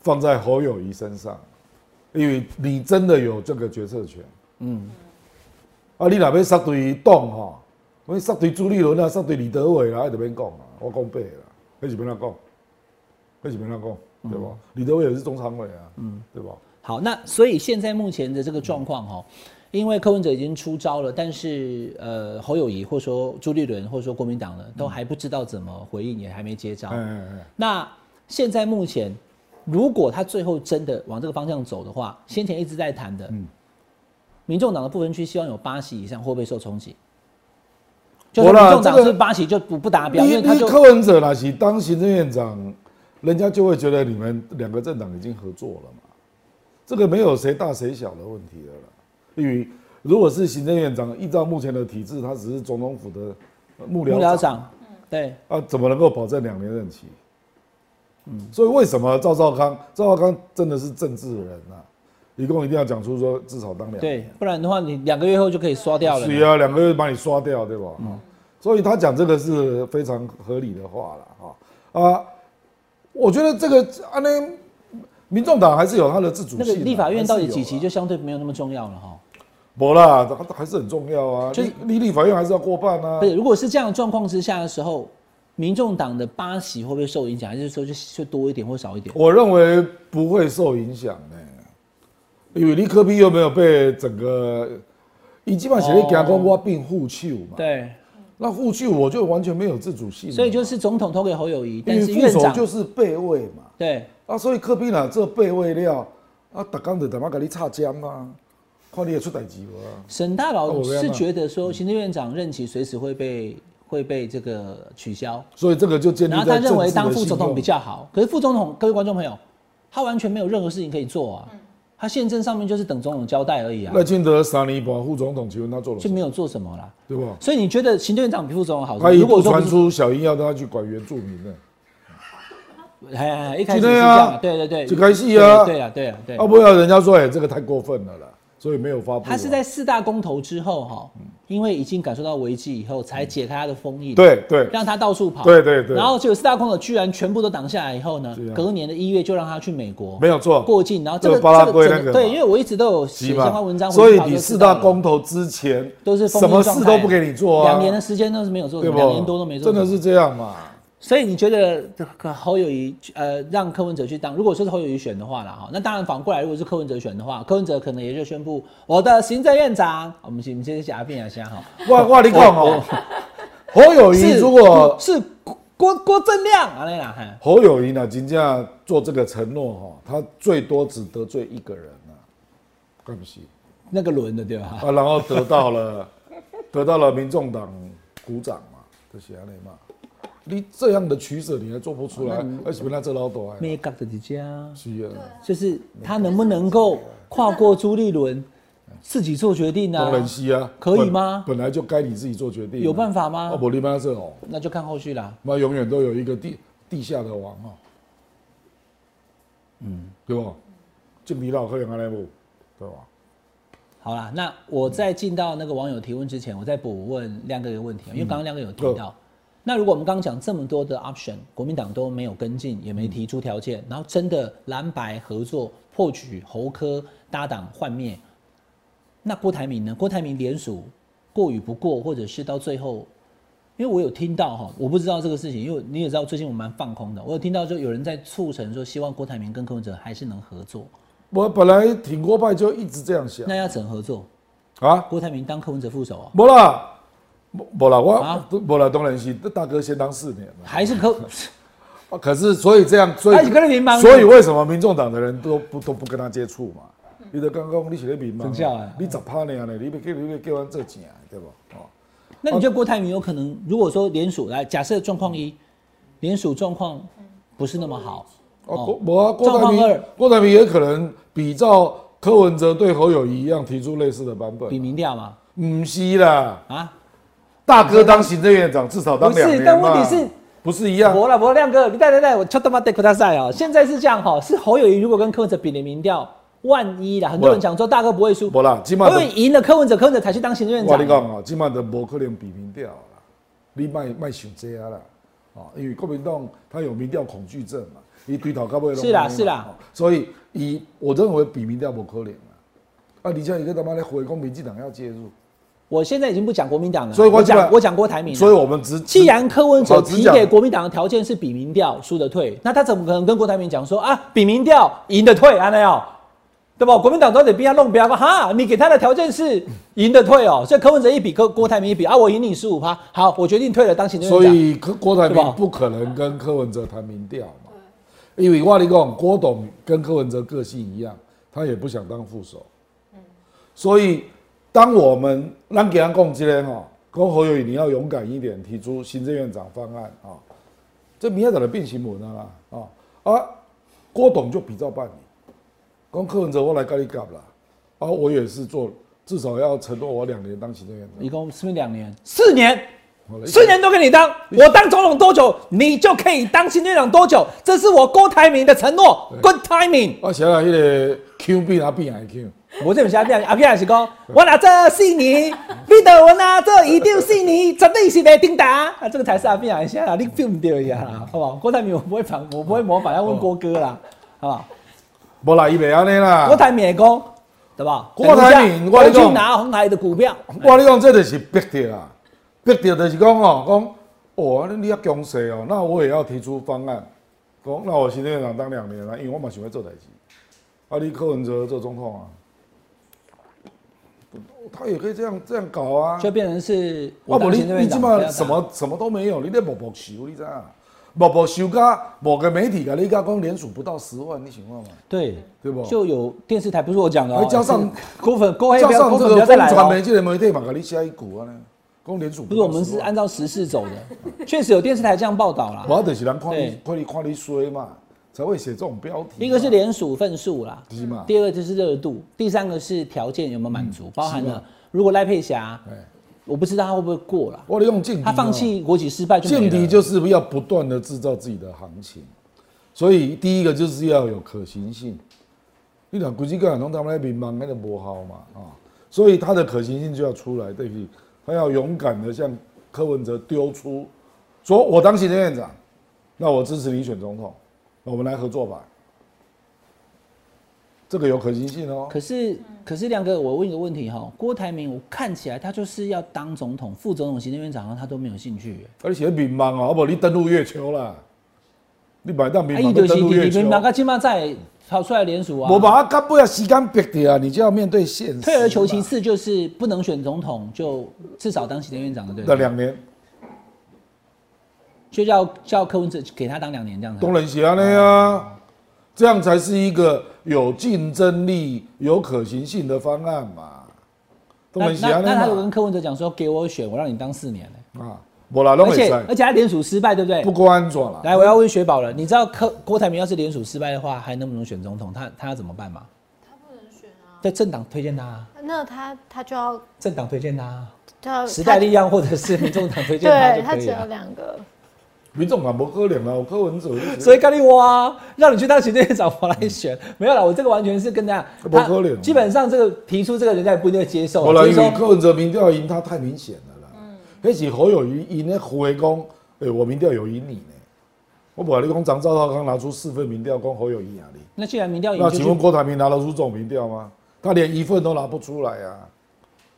Speaker 3: 放在侯友谊身上，因为你真的有这个决策权。嗯，啊，你若要杀对党吼，我杀对朱立伦啊，杀对李德伟啦，那就免讲啦，啊我讲白啦，那是免他讲，那是免他讲，对
Speaker 2: 嗯
Speaker 3: 吧？李德伟也是中常委啊，嗯，对吧？
Speaker 2: 好，那所以现在目前的这个状况哈，因为柯文哲已经出招了，但是呃，侯友谊或说朱立伦或说国民党呢，都还不知道怎么回应，也还没接招。
Speaker 3: 哎哎哎，
Speaker 2: 那现在目前，如果他最后真的往这个方向走的话，先前一直在谈的，
Speaker 3: 嗯
Speaker 2: 民众党的不分区希望有八席以上，会不会受冲击？就是
Speaker 3: 我啦
Speaker 2: 民众党
Speaker 3: 这个
Speaker 2: 是八席就不不达标，因
Speaker 3: 你
Speaker 2: 为他
Speaker 3: 你
Speaker 2: 就
Speaker 3: 柯文哲啦，是当行政院长，人家就会觉得你们两个政党已经合作了嘛，这个没有谁大谁小的问题了啦。因为如果是行政院长，依照目前的体制，他只是总统府的呃幕
Speaker 2: 幕
Speaker 3: 僚
Speaker 2: 僚
Speaker 3: 长，
Speaker 2: 长，对，
Speaker 3: 啊，怎么能够保证两年任期？嗯所以为什么赵少康？赵少康真的是政治人呐、一共一定要讲出说至少当两年
Speaker 2: 对，不然的话你两个月后就可以刷掉了。
Speaker 3: 是啊，两个月把你刷掉，对吧？
Speaker 2: 嗯
Speaker 3: 所以他讲这个是非常合理的话了哈啊，我觉得这个啊那民众党还是有他的自主性
Speaker 2: 那
Speaker 3: 啊。
Speaker 2: 个立法院到底几
Speaker 3: 还是
Speaker 2: 席
Speaker 3: 有啊？
Speaker 2: 就相对没有那么重要了哈。
Speaker 3: 不啦，它还是很重要啊。
Speaker 2: 就是
Speaker 3: 立立立法院还是要过半啊
Speaker 2: 不。是，如果是这样的状况之下的时候，民众党的八席会不会受影响？还是说就就多一点或少一点？
Speaker 3: 我认为不会受影响呢、因为你科比又没有被整个，你基本上写的讲光我并护袖嘛。
Speaker 2: 对，
Speaker 3: 那护袖我就完全没有自主性了，
Speaker 2: 所以就是总统投给侯友谊，
Speaker 3: 因
Speaker 2: 但是
Speaker 3: 为
Speaker 2: 院
Speaker 3: 副手
Speaker 2: 长
Speaker 3: 就是备位嘛。
Speaker 2: 对。
Speaker 3: 啊，所以科比啦，这备位料啊，逐工就他妈给你插尖啊，看你会出代志无啊。
Speaker 2: 沈大
Speaker 3: 哦
Speaker 2: 佬
Speaker 3: 我不要
Speaker 2: 是
Speaker 3: 骂
Speaker 2: 觉得说，行政院长任期随时会被会被这个取消，
Speaker 3: 所以这个就建立
Speaker 2: 然后他
Speaker 3: 在政
Speaker 2: 认
Speaker 3: 治
Speaker 2: 为
Speaker 3: 的
Speaker 2: 当副总
Speaker 3: 信
Speaker 2: 统
Speaker 3: 用
Speaker 2: 比较好。可是副总统，各位观众朋友，他完全没有任何事情可以做啊，他宪政上面就是等总统交代而已啊，
Speaker 3: 赖清德三年半副总统，请问他做了什
Speaker 2: 就
Speaker 3: 么？
Speaker 2: 没有做什么啦。
Speaker 3: 对吧？
Speaker 2: 所以你觉得行政院长比副总统好？
Speaker 3: 他一
Speaker 2: 如果
Speaker 3: 度
Speaker 2: 说不
Speaker 3: 传
Speaker 2: 是
Speaker 3: 出小英要他去管原住民呢，
Speaker 2: 哎哎，哎一开始是
Speaker 3: 真
Speaker 2: 这
Speaker 3: 的
Speaker 2: 样
Speaker 3: 啊
Speaker 2: 啊，对对对，
Speaker 3: 就开始啊
Speaker 2: 对啊对啊对啊
Speaker 3: 啊，不要人家说哎、这个太过分了啦，所以没有发布啊。嗯
Speaker 2: 他是在四大公投之后哈，因为已经感受到危机以后，才解开他的封印，，
Speaker 3: 对对
Speaker 2: 让他到处跑，
Speaker 3: 对对对
Speaker 2: 然后结果四大空手居然全部都挡下来以后呢
Speaker 3: 是啊，
Speaker 2: 隔年的一月就让他去美国，
Speaker 3: 没有错，
Speaker 2: 过境，然后这
Speaker 3: 就
Speaker 2: 个
Speaker 3: 是巴拉
Speaker 2: 这个
Speaker 3: 圭
Speaker 2: 整
Speaker 3: 那个嘛
Speaker 2: 对，因为我一直都有写
Speaker 3: 急
Speaker 2: 相关文章，
Speaker 3: 所
Speaker 2: 回去
Speaker 3: 以
Speaker 2: 跑就
Speaker 3: 你
Speaker 2: 知
Speaker 3: 四
Speaker 2: 道
Speaker 3: 大
Speaker 2: 了
Speaker 3: 公投之前
Speaker 2: 都是封
Speaker 3: 什么
Speaker 2: 印状
Speaker 3: 事
Speaker 2: 态
Speaker 3: 都不给你做啊，
Speaker 2: 两年的时间都是没有做什
Speaker 3: 对
Speaker 2: 么，
Speaker 3: 不？
Speaker 2: 两年多都没做，
Speaker 3: 真的是。这样嘛？
Speaker 2: 所以你觉得呃侯友谊呃让柯文哲去当，如果说是侯友谊选的话了哈，那当然反过来，如果是柯文哲选的话，柯文哲可能也就宣布我的行政院长，我们先我们先假变一下哈，
Speaker 3: 哇哇，你讲哦，侯友谊
Speaker 2: 是
Speaker 3: 如果
Speaker 2: 是郭郭郭正亮啊那啦，嘿
Speaker 3: 侯友谊呢，真正做这个承诺哈，他最多只得罪一个人啊，干不起
Speaker 2: 那个轮的对吧？
Speaker 3: 啊，然后得到了 *laughs* 得到了民众党鼓掌嘛，这些内嘛，你这样的取舍你还做不出来，而且那这老多哎，
Speaker 2: 嗯没搞的几家，
Speaker 3: 是啊，
Speaker 2: 就是他能不能够跨过朱立伦，自己做决定呢、
Speaker 3: 当然是啊，
Speaker 2: 可以吗
Speaker 3: 本本来就该你自己做决定啊，
Speaker 2: 有办法吗
Speaker 3: 哦，不，你妈这哦，
Speaker 2: 那就看后续啦。
Speaker 3: 那永远都有一个地地下的王哦，嗯，对不？敬礼老客人安来不，对吧？
Speaker 2: 好啦，那我在进到那个网友提问之前，我再补问亮哥一个问题，因为刚刚亮哥有提到，那如果我们刚刚讲这么多的 option，国民党都没有跟进，也没提出条件，然后真的蓝白合作破局，侯科搭档幻灭，那郭台铭呢？郭台铭联署过与不过，或者是到最后，因为我有听到哈，我不知道这个事情，因为你也知道最近我蛮放空的，我有听到就有人在促成说，希望郭台铭跟柯文哲还是能合作，
Speaker 3: 我本来挺郭派就一直这样想
Speaker 2: 那要怎合作？
Speaker 3: 啊，
Speaker 2: 郭台铭当柯文哲副手哦、
Speaker 3: 无啦，无啦，我
Speaker 2: 啊
Speaker 3: 无啦，当然是大哥先当四年嘛。
Speaker 2: 还是柯，
Speaker 3: 啊可是所以这样，所以
Speaker 2: 啊你跟他民盲
Speaker 3: 所以为什么民众党的人都不都不跟他接触嘛？你的刚刚你是咧民
Speaker 2: 嗯真
Speaker 3: 盲
Speaker 2: 笑
Speaker 3: 啊
Speaker 2: 啊，
Speaker 3: 你十趴年呢？你要叫你要叫阮做正的，对不？哦，
Speaker 2: *laughs* 那你觉得郭台铭有可能？如果说联署来，假设状况一，联署状况不是那么好，
Speaker 3: 哦，
Speaker 2: 哦
Speaker 3: 郭无啊，郭台
Speaker 2: 状况
Speaker 3: 铭
Speaker 2: 二，
Speaker 3: 郭台铭也可能比照柯文哲对侯友谊一样提出类似的版
Speaker 2: 比
Speaker 3: 本。
Speaker 2: 民调嘛？
Speaker 3: 唔是啦，
Speaker 2: 啊，
Speaker 3: 大哥当行政院长至少当
Speaker 2: 不是
Speaker 3: 两年
Speaker 2: 但
Speaker 3: 嘛
Speaker 2: 问题是，
Speaker 3: 不是一样？
Speaker 2: 博了博亮哥，你带带带，我敲他妈 d 克大赛啊！现在是这样哈，是侯友谊如果跟柯文哲比的民调，万一啦，很多人讲说大哥不会输，
Speaker 3: 无啦，起码
Speaker 2: 因为赢了柯文哲，柯文哲才去当行政院
Speaker 3: 我跟你
Speaker 2: 长。
Speaker 3: 讲哦，即卖都无可能比民调啦，你卖卖想这啊啦，哦，因为国民党他有民调恐惧症嘛，伊对头到尾拢
Speaker 2: 是啦
Speaker 3: 安尼嘛
Speaker 2: 是啦
Speaker 3: 哦所以以我认为比民调无可能啦，啊，而且一个他妈的回攻民进党要介入，
Speaker 2: 我现在已经不讲国民党了，
Speaker 3: 所以我
Speaker 2: 我
Speaker 3: 基本
Speaker 2: 讲我讲郭台铭了，
Speaker 3: 所以我们只
Speaker 2: 既然柯文哲
Speaker 3: 哦只
Speaker 2: 提
Speaker 3: 讲
Speaker 2: 给国民党的条件是比民调输的退，那他怎么可能跟郭台铭讲说啊比民调赢的退啊那样？对吧？国民党都得逼他弄标吧？哈，你给他的条件是赢的退哦，所以柯文哲一比，柯郭台铭一比啊，我赢你十五趴，好，我决定退了当行政院
Speaker 3: 所
Speaker 2: 长。
Speaker 3: 以柯郭台
Speaker 2: 对吧
Speaker 3: 铭不可能跟柯文哲谈民调嘛，因为我跟你讲，郭董跟柯文哲个性一样，他也不想当副手。所以当我们让给他共之间哦，跟侯友宜你要勇敢一点，提出行政院长方案啊、哦，这明天党的变形文啊啦啊，啊，郭董就比照办理，跟柯文哲我来跟你搞啦，啊，我也是做，至少要承诺我两年当行政院
Speaker 2: 一共是不是两年？四年，
Speaker 3: 长。
Speaker 2: 四年都给你当，我当总统多久，你就可以当行政院长多久，这是我郭台铭的承诺。Good timing。
Speaker 3: 我想想，迄个 Q 变啊变还 Q，
Speaker 2: 无这毋是阿扁，阿扁是讲，我若这四年，你著我若这一定四年，绝对是袂顶打。啊，这个才是阿扁一下啦，你 feel 唔对呀，好不好？郭台铭我不会仿，我不会模仿，要问郭哥啦，好不好？
Speaker 3: 无啦，伊袂安尼
Speaker 2: 郭
Speaker 3: 啦。
Speaker 2: 台铭会讲，对吧？
Speaker 3: 郭台
Speaker 2: 等一下
Speaker 3: 铭我跟你
Speaker 2: 我
Speaker 3: 讲
Speaker 2: 去拿红海的股票，
Speaker 3: 我跟你讲，这就是逼着啦，逼着就是讲哦，讲哦，你你要强势哦，那我也要提出方案。讲那我行政院长当两年啦，啊因为我嘛想要做代志。啊，你柯文哲做总统啊，他也可以这样这样搞啊。
Speaker 2: 就变成是
Speaker 3: 我
Speaker 2: 我当
Speaker 3: 无你
Speaker 2: 行政
Speaker 3: 你
Speaker 2: 院
Speaker 3: 即
Speaker 2: 长。
Speaker 3: 马什么什么都没有，你咧默默收，你知影？默默收甲某个媒体甲你甲讲联署不到十万，你想看嘛？
Speaker 2: 对
Speaker 3: 对不
Speaker 2: 就有电视台不是我讲的、哦，
Speaker 3: 还加上
Speaker 2: 是郭粉郭黑
Speaker 3: 加
Speaker 2: 不要
Speaker 3: 上
Speaker 2: 郭
Speaker 3: 这
Speaker 2: 粉不
Speaker 3: 个
Speaker 2: 要
Speaker 3: 风
Speaker 2: 再来、
Speaker 3: 传
Speaker 2: 哦
Speaker 3: 媒。这个媒体嘛，给你下一股啊呢，讲联署
Speaker 2: 不是，我们是按照时事走的，确实有电视台这样报道啦。
Speaker 3: 我就是人看你
Speaker 2: 对
Speaker 3: 看你看你衰嘛，才会写这种标题嘛。
Speaker 2: 一个是联署份数啦
Speaker 3: 是嘛，
Speaker 2: 第二个就是热度，第三个是条件有没有满
Speaker 3: 嗯
Speaker 2: 足，包含
Speaker 3: 啊
Speaker 2: 了如果赖佩霞，
Speaker 3: 哎，
Speaker 2: 我不知道他会不会过啦，
Speaker 3: 我利用劲敌哦，
Speaker 2: 他放弃国企失败就没
Speaker 3: 劲敌
Speaker 2: 了。
Speaker 3: 就是要不断的制造自己的行情，所以第一个就是要有可行性。你哦讲国际个人从他们那边忙，那个不好嘛啊，所以它的可行性就要出来，对不对？他要勇敢的向柯文哲丢出，说我当行政院长，那我支持你选总统，那我们来合作吧。这个有可行性哦。
Speaker 2: 可是，可是亮哥，我问一个问题哈、郭台铭，我看起来他就是要当总统、副总统、行政院长，他都没有兴趣耶。
Speaker 3: 而且民望哦，要不你登陆月球啦，你买到民
Speaker 2: 啊，伊
Speaker 3: 望
Speaker 2: 就
Speaker 3: 就登
Speaker 2: 是
Speaker 3: 陆
Speaker 2: 你
Speaker 3: 月
Speaker 2: 你
Speaker 3: 球
Speaker 2: 们。哪个金马在跑出来联署啊？
Speaker 3: 我把它干不要时间逼掉啊，你就要面对现实。
Speaker 2: 退而求其，次，就是不能选总统，就至少当行政院长的，对不对？
Speaker 3: 那两年，
Speaker 2: 就叫叫柯文哲给他当两年这样子
Speaker 3: 东。人喜安的啊，这样才是一个有竞争力、有可行性的方案嘛。东
Speaker 2: 那
Speaker 3: 啊人喜
Speaker 2: 那
Speaker 3: 安
Speaker 2: 那他有跟
Speaker 3: 的
Speaker 2: 柯文哲讲说，给我选，我让你当四年、欸、
Speaker 3: 嘛啊，我啦拢
Speaker 2: 而
Speaker 3: 会
Speaker 2: 且而
Speaker 3: 使，
Speaker 2: 且他联署失败，对不对？
Speaker 3: 不过安怎啦？
Speaker 2: 来，我要问雪宝了，你知道柯郭台铭要是联署失败的话，还能不能选总统？他他要怎么办吗？对，政党推荐他啊，
Speaker 5: 那他他就要
Speaker 2: 政党推荐他啊，
Speaker 5: 就要
Speaker 2: 时代力量或者是民众党推荐他
Speaker 4: 呃对
Speaker 2: 就
Speaker 4: 他
Speaker 2: 可以
Speaker 4: 只有
Speaker 2: 了。
Speaker 4: 两个，
Speaker 3: 民众党无可能啦，啊有柯文哲就
Speaker 2: 所
Speaker 3: 以
Speaker 2: 以咖喱哇，让你去当行政院长，我来选，没有啦，我这个完全是跟大家，
Speaker 3: 这嗯不
Speaker 2: 他
Speaker 3: 可能
Speaker 2: 基本上这个提出这个人家也不一定会接受
Speaker 3: 后
Speaker 2: 啊，
Speaker 3: 来
Speaker 2: 就是
Speaker 3: 因为
Speaker 2: 说嗯
Speaker 3: 柯文哲民调赢他太明显了啦。那是侯友谊赢的回讲，诶、我民调有赢你呢。我本来你讲张赵浩康拿出四份民调，跟侯友谊啊你。
Speaker 2: 那既然民调赢
Speaker 3: 那
Speaker 2: 就
Speaker 3: 请问
Speaker 2: 去，
Speaker 3: 郭台铭拿得出这种民调吗？他连一份都拿不出来啊，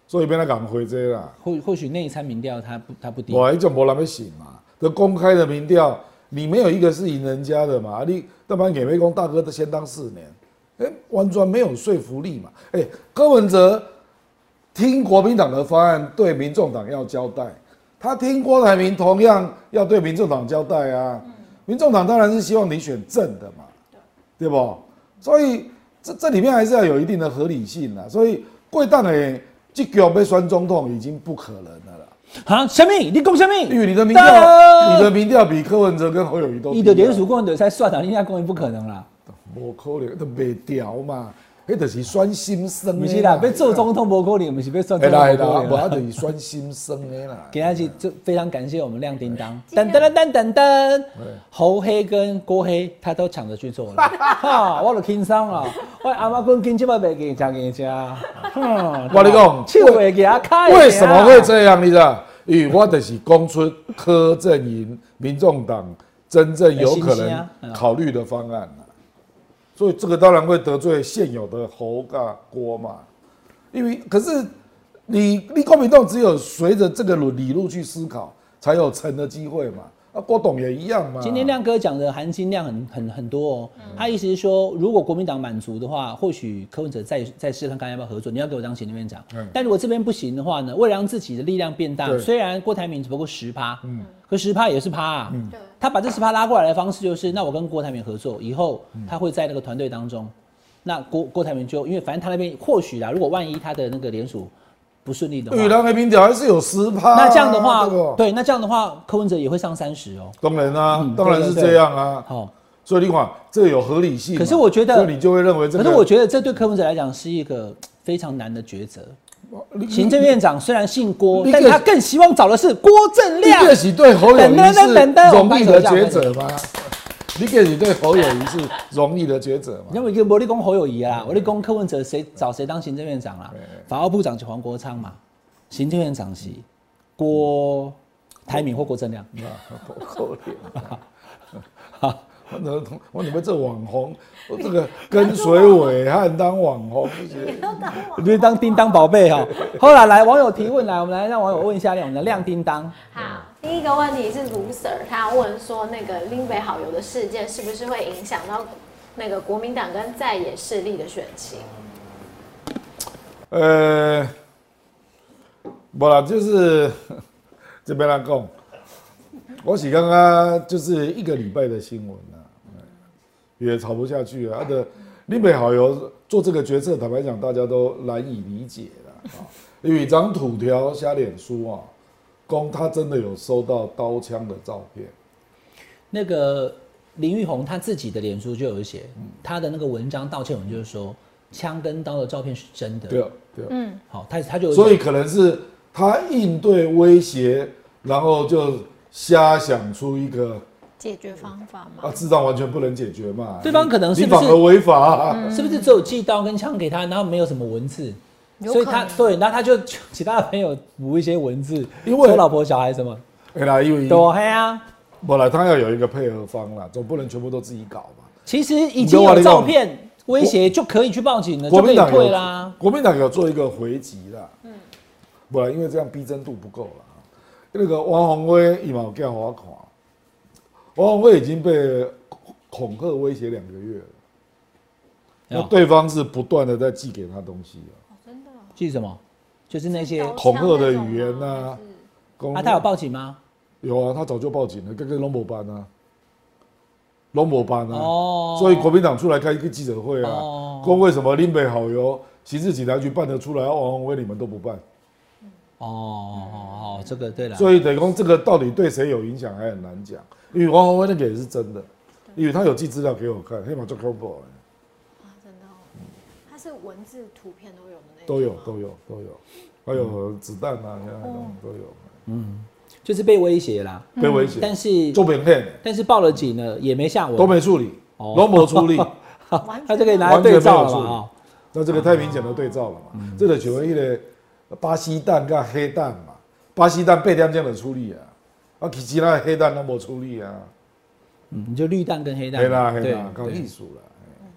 Speaker 3: 所以被他赶回这啦。
Speaker 2: 或或许那一餐民调他不他不低，
Speaker 3: 我一种没人要信嘛，这公开的民调，你没有一个是赢人家的嘛？啊你要不然给魏公大哥先当四年，哎、完全没有说服力嘛。哎、柯文哲听国民党的方案，对民众党要交代；他听郭台铭同样要对民众党交代啊。民众党当然是希望你选正的嘛，对不？所以这这里面还是要有一定的合理性啦。所以贵党诶，这局被选总统已经不可能了啦。
Speaker 2: 啊，小米，你讲什么？
Speaker 3: *laughs* 因为你的民
Speaker 2: 哒
Speaker 3: 调，你的民调比柯文哲跟侯友谊都低啊，
Speaker 2: 你的联署共和才算了，应该公也不可能啦。
Speaker 3: 无可能，都袂调嘛，迄就是选心酸
Speaker 2: 不
Speaker 3: 的
Speaker 2: 是啦，被做总统不可能，不是被算
Speaker 3: 会
Speaker 2: 总
Speaker 3: 啊哎啦会
Speaker 2: 统
Speaker 3: 啦，
Speaker 2: 不
Speaker 3: 无
Speaker 2: 可
Speaker 3: 啊，
Speaker 2: 能。
Speaker 3: 就是选心酸
Speaker 2: *laughs*
Speaker 3: 的啦。
Speaker 2: 给他去，就非常感谢我们亮叮当，噔噔噔噔噔噔，侯黑跟郭黑他都抢着去做了，哈，我都轻松
Speaker 3: *laughs*
Speaker 2: 了，我阿妈公今起码袂给加给加，哼
Speaker 3: 我跟你讲
Speaker 2: 手袂给他开，
Speaker 3: 哦为什么会？这样？你知道？因为我就是讲出柯阵营、民众党真正有可
Speaker 2: 哎信息啊嗯
Speaker 3: 能考虑的方案啊所以这个当然会得罪现有的侯噶郭嘛。因为可是你你国民党只有随着这个路理路去思考，才有成的机会嘛。啊，郭董也一样嘛。
Speaker 2: 今天亮哥讲的含金量很很很多哦，他意思是说，如果国民党满足的话，或许柯文哲再再试看看要不要合作，你要给我当行政院长。但如果这边不行的话呢，为了让自己的力量变大，
Speaker 3: 对
Speaker 2: 虽然郭台铭只不过十趴，嗯，可十趴也是趴啊。他把这十趴拉过来的方式就是，那我跟郭台铭合作，以后他会在那个团队当中，那郭郭台铭就因为反正他那边或许啊啦，如果万一他的那个联署不顺利的
Speaker 3: 与
Speaker 2: 话，
Speaker 3: 人的民调还是有十趴、
Speaker 2: 啊
Speaker 3: 啊
Speaker 2: 那这样的话
Speaker 3: 对不，
Speaker 2: 对，那这样的话，柯文哲也会上三十哦。
Speaker 3: 当然啊，
Speaker 2: 嗯
Speaker 3: 当然是
Speaker 2: 对对
Speaker 3: 这样啊。
Speaker 2: 好、
Speaker 3: 所以你看，这个有合理性嘛。
Speaker 2: 可是我觉得
Speaker 3: 所以你就会认为这
Speaker 2: 可
Speaker 3: 个。
Speaker 2: 是我觉得这对柯文哲来讲是一个非常难的抉择。
Speaker 3: 你
Speaker 2: 行政院长虽然姓郭，
Speaker 3: 你
Speaker 2: 但
Speaker 3: 嗯个
Speaker 2: 他更希望找的是郭正
Speaker 3: 你
Speaker 2: 亮。
Speaker 3: 这是对侯友谊
Speaker 2: 等等等等
Speaker 3: 是
Speaker 2: 我
Speaker 3: 容
Speaker 2: 们
Speaker 3: 易
Speaker 2: 把手
Speaker 3: 的
Speaker 2: 交
Speaker 3: 抉
Speaker 2: 给
Speaker 3: 择吗？你这是对侯友谊是容易的抉择
Speaker 2: 你
Speaker 3: 吗？
Speaker 2: 为一个魔力公侯友谊啦，我力公柯文哲谁找谁当行政院长啦？法务部长就黄国昌嘛，行政院长席
Speaker 3: 嗯
Speaker 2: 郭台铭或郭正亮。
Speaker 3: 好可怜啊！我怎么我你们这网红，我这个跟随伟汉当网红，
Speaker 2: 你就当叮当宝贝哈。哦
Speaker 3: *laughs*
Speaker 2: 后来来网友提问来，我们来让网友问一下亮，我们的亮叮当。
Speaker 3: 嗯
Speaker 4: 好，第一个问题是卢 Sir，他问说那个林北好友的事件是不是会影响到那个国民党跟在野势力的选情？
Speaker 3: 嗯呃，不啦，就是这边来讲，我是刚刚就是一个礼拜的新闻啊，也吵不下去啊。啊的林北好友做这个决策，坦白讲，大家都难以理解了啊。因为一张土条下脸书啊，公他真的有收到刀枪的照片，
Speaker 2: 那个林玉红他自己的脸书就有写，
Speaker 3: 嗯
Speaker 2: 他的那个文章道歉文就是说，枪跟刀的照片是真的。
Speaker 3: 对啊对啊，
Speaker 2: 好，他他就有
Speaker 3: 所以可能是他应对威胁，然后就瞎想出一个。
Speaker 4: 解决方法吗？
Speaker 3: 啊，智障完全不能解决嘛。
Speaker 2: 对方可能是嗯
Speaker 3: 你
Speaker 2: 不是
Speaker 3: 反而违法啊、
Speaker 2: 是不是只有寄刀跟枪给他，然后没有什么文字？
Speaker 5: 有
Speaker 2: 所以他
Speaker 5: 可能
Speaker 2: 对，那他就 *laughs* 其他的朋友补一些文字，
Speaker 3: 因为
Speaker 2: 说老婆小孩什么，
Speaker 3: 哎啦，因为
Speaker 2: 对啊。
Speaker 3: 本来他要有一个配合方啦，总不能全部都自己搞嘛。
Speaker 2: 其实已经有照片威胁就可以去报警了，就
Speaker 3: 国
Speaker 2: 可
Speaker 3: 民
Speaker 2: 以
Speaker 3: 党
Speaker 2: 退
Speaker 3: 有
Speaker 2: 啦。，
Speaker 3: 国民党有做一个回击啦。嗯，不然因为这样逼真度不够了。那个王宏威一毛叫我看，王宏威已经被恐吓威胁两个月了，那
Speaker 2: 哦
Speaker 3: 对方是不断的在寄给他东西啊，
Speaker 4: 真的
Speaker 2: 记什么？就是那些
Speaker 3: 恐吓的语言呐、啊，公
Speaker 2: 啊，他有报警吗？
Speaker 3: 有啊，他早就报警了，跟跟龙某班啊，龙某班啊，
Speaker 2: 哦
Speaker 3: 所以国民党出来开一个记者会啊，
Speaker 2: 哦
Speaker 3: 说为什么林北好友刑事警察局办得出来，王宏威你们都不办，
Speaker 2: 哦哦哦，这个对了，
Speaker 3: 所以等于说这个到底对谁有影响还很难讲，因为王宏威那个也是真的，因为他有寄资料给我看，黑马做 combo
Speaker 4: 啊，真的哦，它是文字、图片都有的那种
Speaker 3: 都有
Speaker 2: 哦
Speaker 4: 吗
Speaker 3: 都有都有，还有
Speaker 2: 嗯
Speaker 3: 子弹啊，现在都有，
Speaker 2: 就是被威胁啦。
Speaker 3: 被威胁，
Speaker 2: 嗯但是
Speaker 3: 做扁片
Speaker 2: 但是报了警了也没下文，
Speaker 3: 都没处理，
Speaker 2: 哦
Speaker 3: 龙某
Speaker 2: *laughs*
Speaker 3: 处理。
Speaker 2: 好， *laughs* 他就可以拿来对照了嘛。哦
Speaker 3: 那这个太明显的对照了嘛，
Speaker 2: 嗯
Speaker 3: 这个所谓的巴西蛋跟黑蛋嘛，巴西蛋被点这样的处理啊，啊其其他的黑蛋都没处理啊，
Speaker 2: 嗯你就绿蛋跟黑蛋
Speaker 3: 黑啦
Speaker 2: 嘛，
Speaker 3: 黑啦，搞
Speaker 2: 对
Speaker 3: 艺
Speaker 2: 对，
Speaker 3: 术了。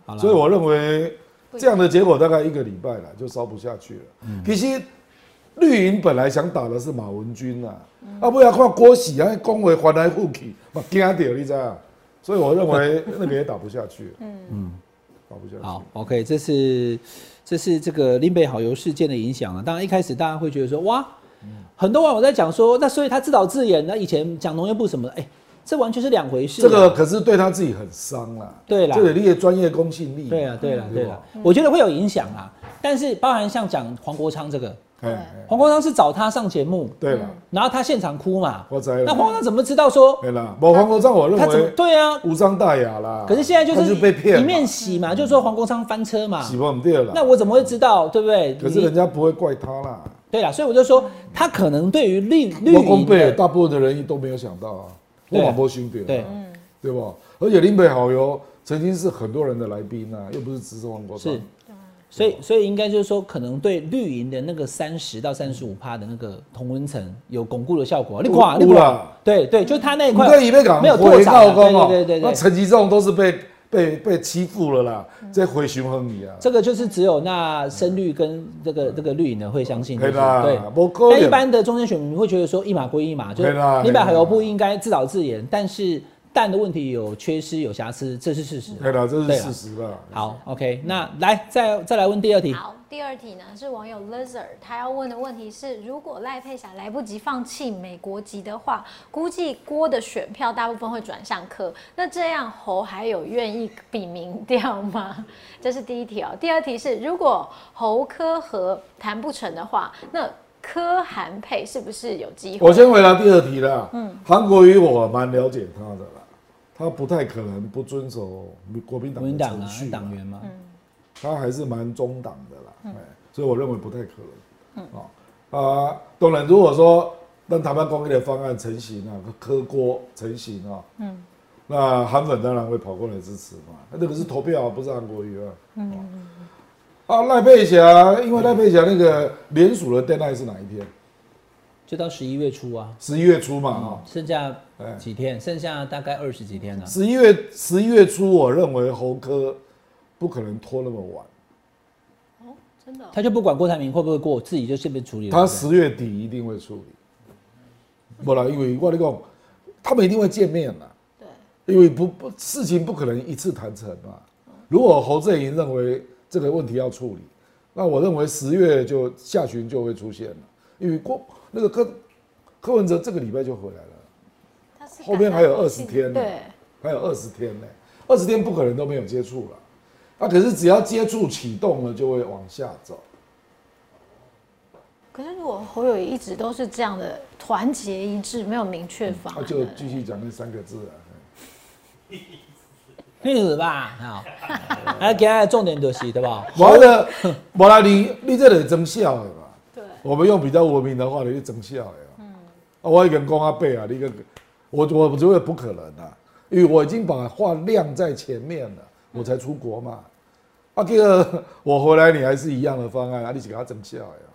Speaker 2: 好了。
Speaker 3: 所以我认为这样的结果大概一个礼拜了就烧不下去了。
Speaker 2: 嗯
Speaker 3: 其实绿营本来想打的是马文君啊，啊不要看郭喜啊，恭维还来护去，嘛惊到你知道？所以我认为那个也打不下去了，嗯打不下去。
Speaker 2: 好，OK，这是这是这个林北好油事件的影响啊。当然一开始大家会觉得说，哇，很多网友在讲说，那所以他自导自演，那以前讲农业部什么的，哎、这完全是两回事啊、
Speaker 3: 这个可是对他自己很伤啦。
Speaker 2: 对啦
Speaker 3: 这个你嗯的专业公信力。
Speaker 2: 对啊，对啦，对啦
Speaker 3: 吧，，
Speaker 2: 我觉得会有影响啊。但是包含像讲黄国昌这个，
Speaker 3: 哎，哎
Speaker 2: 黄国昌是找他上节目，
Speaker 3: 对了，
Speaker 2: 然后他现场哭嘛，
Speaker 3: 我知了
Speaker 2: 那黄国昌怎么知道说
Speaker 3: 对啦，某黄国章，我认
Speaker 2: 他怎么
Speaker 3: 为
Speaker 2: 对啊？
Speaker 3: 无伤大雅啦。
Speaker 2: 可是现在就
Speaker 3: 他
Speaker 2: 是
Speaker 3: 被骗嘛，
Speaker 2: 一面洗嘛，就说黄国昌翻车嘛，
Speaker 3: 洗不很对了。
Speaker 2: 那我怎么会知道，对不对？
Speaker 3: 可是
Speaker 2: 你
Speaker 3: 人家不会怪他啦。
Speaker 2: 对啦，所以我就说，他可能对于绿绿
Speaker 3: 嗯我公
Speaker 2: 营
Speaker 3: 贝尔
Speaker 2: 的
Speaker 3: 大部分的人都没有想到啊，我
Speaker 2: 对
Speaker 3: 马波兄弟
Speaker 2: 对
Speaker 3: 啊，对吧？而且林北好友曾经是很多人的来宾啊，又不是只是黄国章
Speaker 2: 是。，所以所以应该就是说，可能对绿营的那个三十到三十五趴的那个同温层有巩固的效果。你垮，
Speaker 3: 有
Speaker 2: 你垮
Speaker 3: 啦，
Speaker 2: 对对，就他那一
Speaker 3: 你
Speaker 2: 块
Speaker 3: 对以被港
Speaker 2: 没有拓
Speaker 3: 回
Speaker 2: 展
Speaker 3: 告
Speaker 2: 啊，
Speaker 3: 公哦，
Speaker 2: 对对对对
Speaker 3: 那
Speaker 2: 对，
Speaker 3: 陈吉仲都是被被被欺负了啦，再回询问你啊。
Speaker 2: 这个就是只有那深绿跟这个这个绿营的会相信，
Speaker 3: 对
Speaker 2: 就是
Speaker 3: 啦
Speaker 2: 对。
Speaker 3: 不可能
Speaker 2: 但一般的中间选民会觉得说一码归一码，就是
Speaker 3: 对啦
Speaker 2: 你
Speaker 3: 对
Speaker 2: 百
Speaker 3: 啦
Speaker 2: 合油不应该自导自演，但是蛋的问题有缺失有瑕疵，这是事实。
Speaker 3: 对啦，这是
Speaker 2: 对啊
Speaker 3: 事实啦。
Speaker 2: 好，OK，那来再再来问第二题。
Speaker 5: 好，第二题呢是网友 Laser，他要问的问题是：如果赖佩霞来不及放弃美国籍的话，
Speaker 4: 估计郭的选票大部分会转向柯，那这样侯还有愿意比民调吗？ *laughs* 这是第一题哦。第二题是，如果侯柯和谈不成的话，那柯韩配是不是有机会？
Speaker 3: 我先回答第二题啦。嗯，韩国瑜我蛮了解他的啦，他不太可能不遵守国民
Speaker 2: 国
Speaker 3: 党
Speaker 2: 民
Speaker 3: 的
Speaker 2: 党
Speaker 3: 程
Speaker 2: 啊
Speaker 3: 序，啦
Speaker 2: 党员嘛，
Speaker 3: 他还是蛮中党的啦。哎，所以我认为不太可能。哦啊，当然，如果说让台湾公益的方案成型啊，科锅成型啊，嗯，那韩粉当然会跑过来支持嘛。那这个是投票啊、不是韩国瑜啊。嗯。啊，赖佩霞，因为赖佩霞那个联署的 deadline 是哪一天？
Speaker 2: 就到十一月初啊，
Speaker 3: 十一月初嘛，哦哈、
Speaker 2: 剩下
Speaker 3: 哎
Speaker 2: 几天，剩下大概二十几天了、
Speaker 3: 十一月十一月初，我认为侯科不可能拖那么晚，
Speaker 4: 真的哦、
Speaker 2: 他就不管郭台铭会不会过，自己就先边处理了。
Speaker 3: 他
Speaker 2: 对不对
Speaker 3: 十月底一定会处理。不啦，因为我跟你讲，他们一定会见面啦，
Speaker 4: 对，
Speaker 3: 因为不不事情不可能一次谈成嘛。如果侯振营认为这个问题要处理，那我认为十月就下旬就会出现了，因为郭那个柯柯文哲这个礼拜就回来了，
Speaker 5: 他是
Speaker 3: 后面还有二十天呢。
Speaker 4: 对，
Speaker 3: 还有二十天呢、二十天不可能都没有接触了。啊，可是只要接触启动了，就会往下走。
Speaker 4: 可是如果侯友宜一直都是这样的团结一致，没有明确方
Speaker 3: 啊，
Speaker 4: 案，
Speaker 3: 就继续讲那三个字啊。
Speaker 2: 那个吧， *laughs* 好，来给他的重点就是对 *laughs* 吧？
Speaker 3: 完了，完了，你你这里增效的嘛？
Speaker 4: 对，
Speaker 3: 我们用比较文明的话，你就增效的嘛。嗯。啊，我跟公阿贝啊，你个，我我我觉得不可能啊，因为我已经把话晾在前面了，我才出国嘛。啊，啊，这个我回来你还是一样的方案，啊，你只给他整下来啊，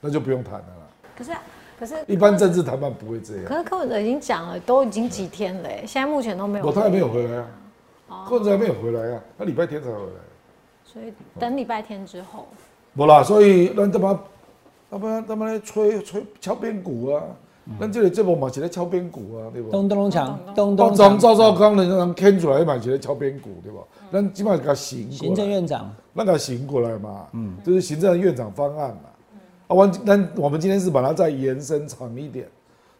Speaker 3: 那就不用谈了啦。
Speaker 5: 可是可是
Speaker 3: 一般政治谈判不会这
Speaker 5: 可
Speaker 3: 样，
Speaker 5: 是柯文哲已经讲了，都已经几天了耶，现在目前都没有。哦
Speaker 3: 我哦他还没有回来啊，柯文哲还没有回来啊，他礼拜天才回来。
Speaker 5: 所以等礼拜天之后，
Speaker 3: 无啦，所以咱他妈，他妈他妈咧吹吹敲边鼓啊，咱这个节目嘛是咧敲边鼓啊，对不？
Speaker 2: 嗯咚咚咚锵，咚
Speaker 3: 当
Speaker 2: 咚
Speaker 3: 咱
Speaker 2: 锵。
Speaker 3: 赵少康人人牵出来嘛是咧敲边鼓，对不？
Speaker 5: 嗯
Speaker 3: 咱起码给他醒
Speaker 2: 行
Speaker 3: 过
Speaker 2: 政
Speaker 3: 来，
Speaker 2: 院长，
Speaker 3: 那个醒过来嘛，嗯，就是行政院长方案嘛。
Speaker 5: 嗯
Speaker 3: 啊，我但我们今天是把它再延伸长一点，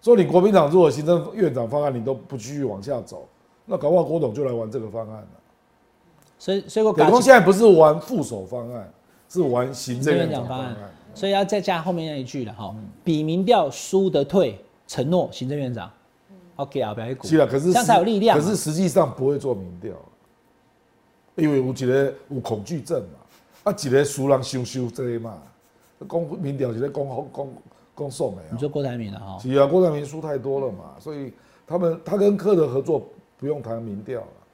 Speaker 3: 说你国民党如果行政院长方案你都不继续往下走，那搞不好郭董就来玩这个方案啊了。
Speaker 2: 所以所以我
Speaker 3: 铁
Speaker 2: 搞
Speaker 3: 公现在不是玩副手方案，是玩行政院
Speaker 2: 行政院
Speaker 3: 长
Speaker 2: 长
Speaker 3: 方
Speaker 2: 方案
Speaker 3: 案。
Speaker 2: 所以要再加后面那一句了哈，比民调输的退，承诺行政院长，好给啊，表一股，
Speaker 3: 是啊，可是
Speaker 2: 这样才有力量嘛。啊
Speaker 3: 可是实际上不会做民调，啊因为有一个有恐惧症嘛，啊，一个熟人羞羞这个嘛，讲民调是咧讲好讲讲送的
Speaker 2: 你
Speaker 3: 啊。
Speaker 2: 说郭台铭了哈，
Speaker 3: 是啊，郭台铭输太多了嘛，所以他们他跟柯的合作不用谈民调了，啊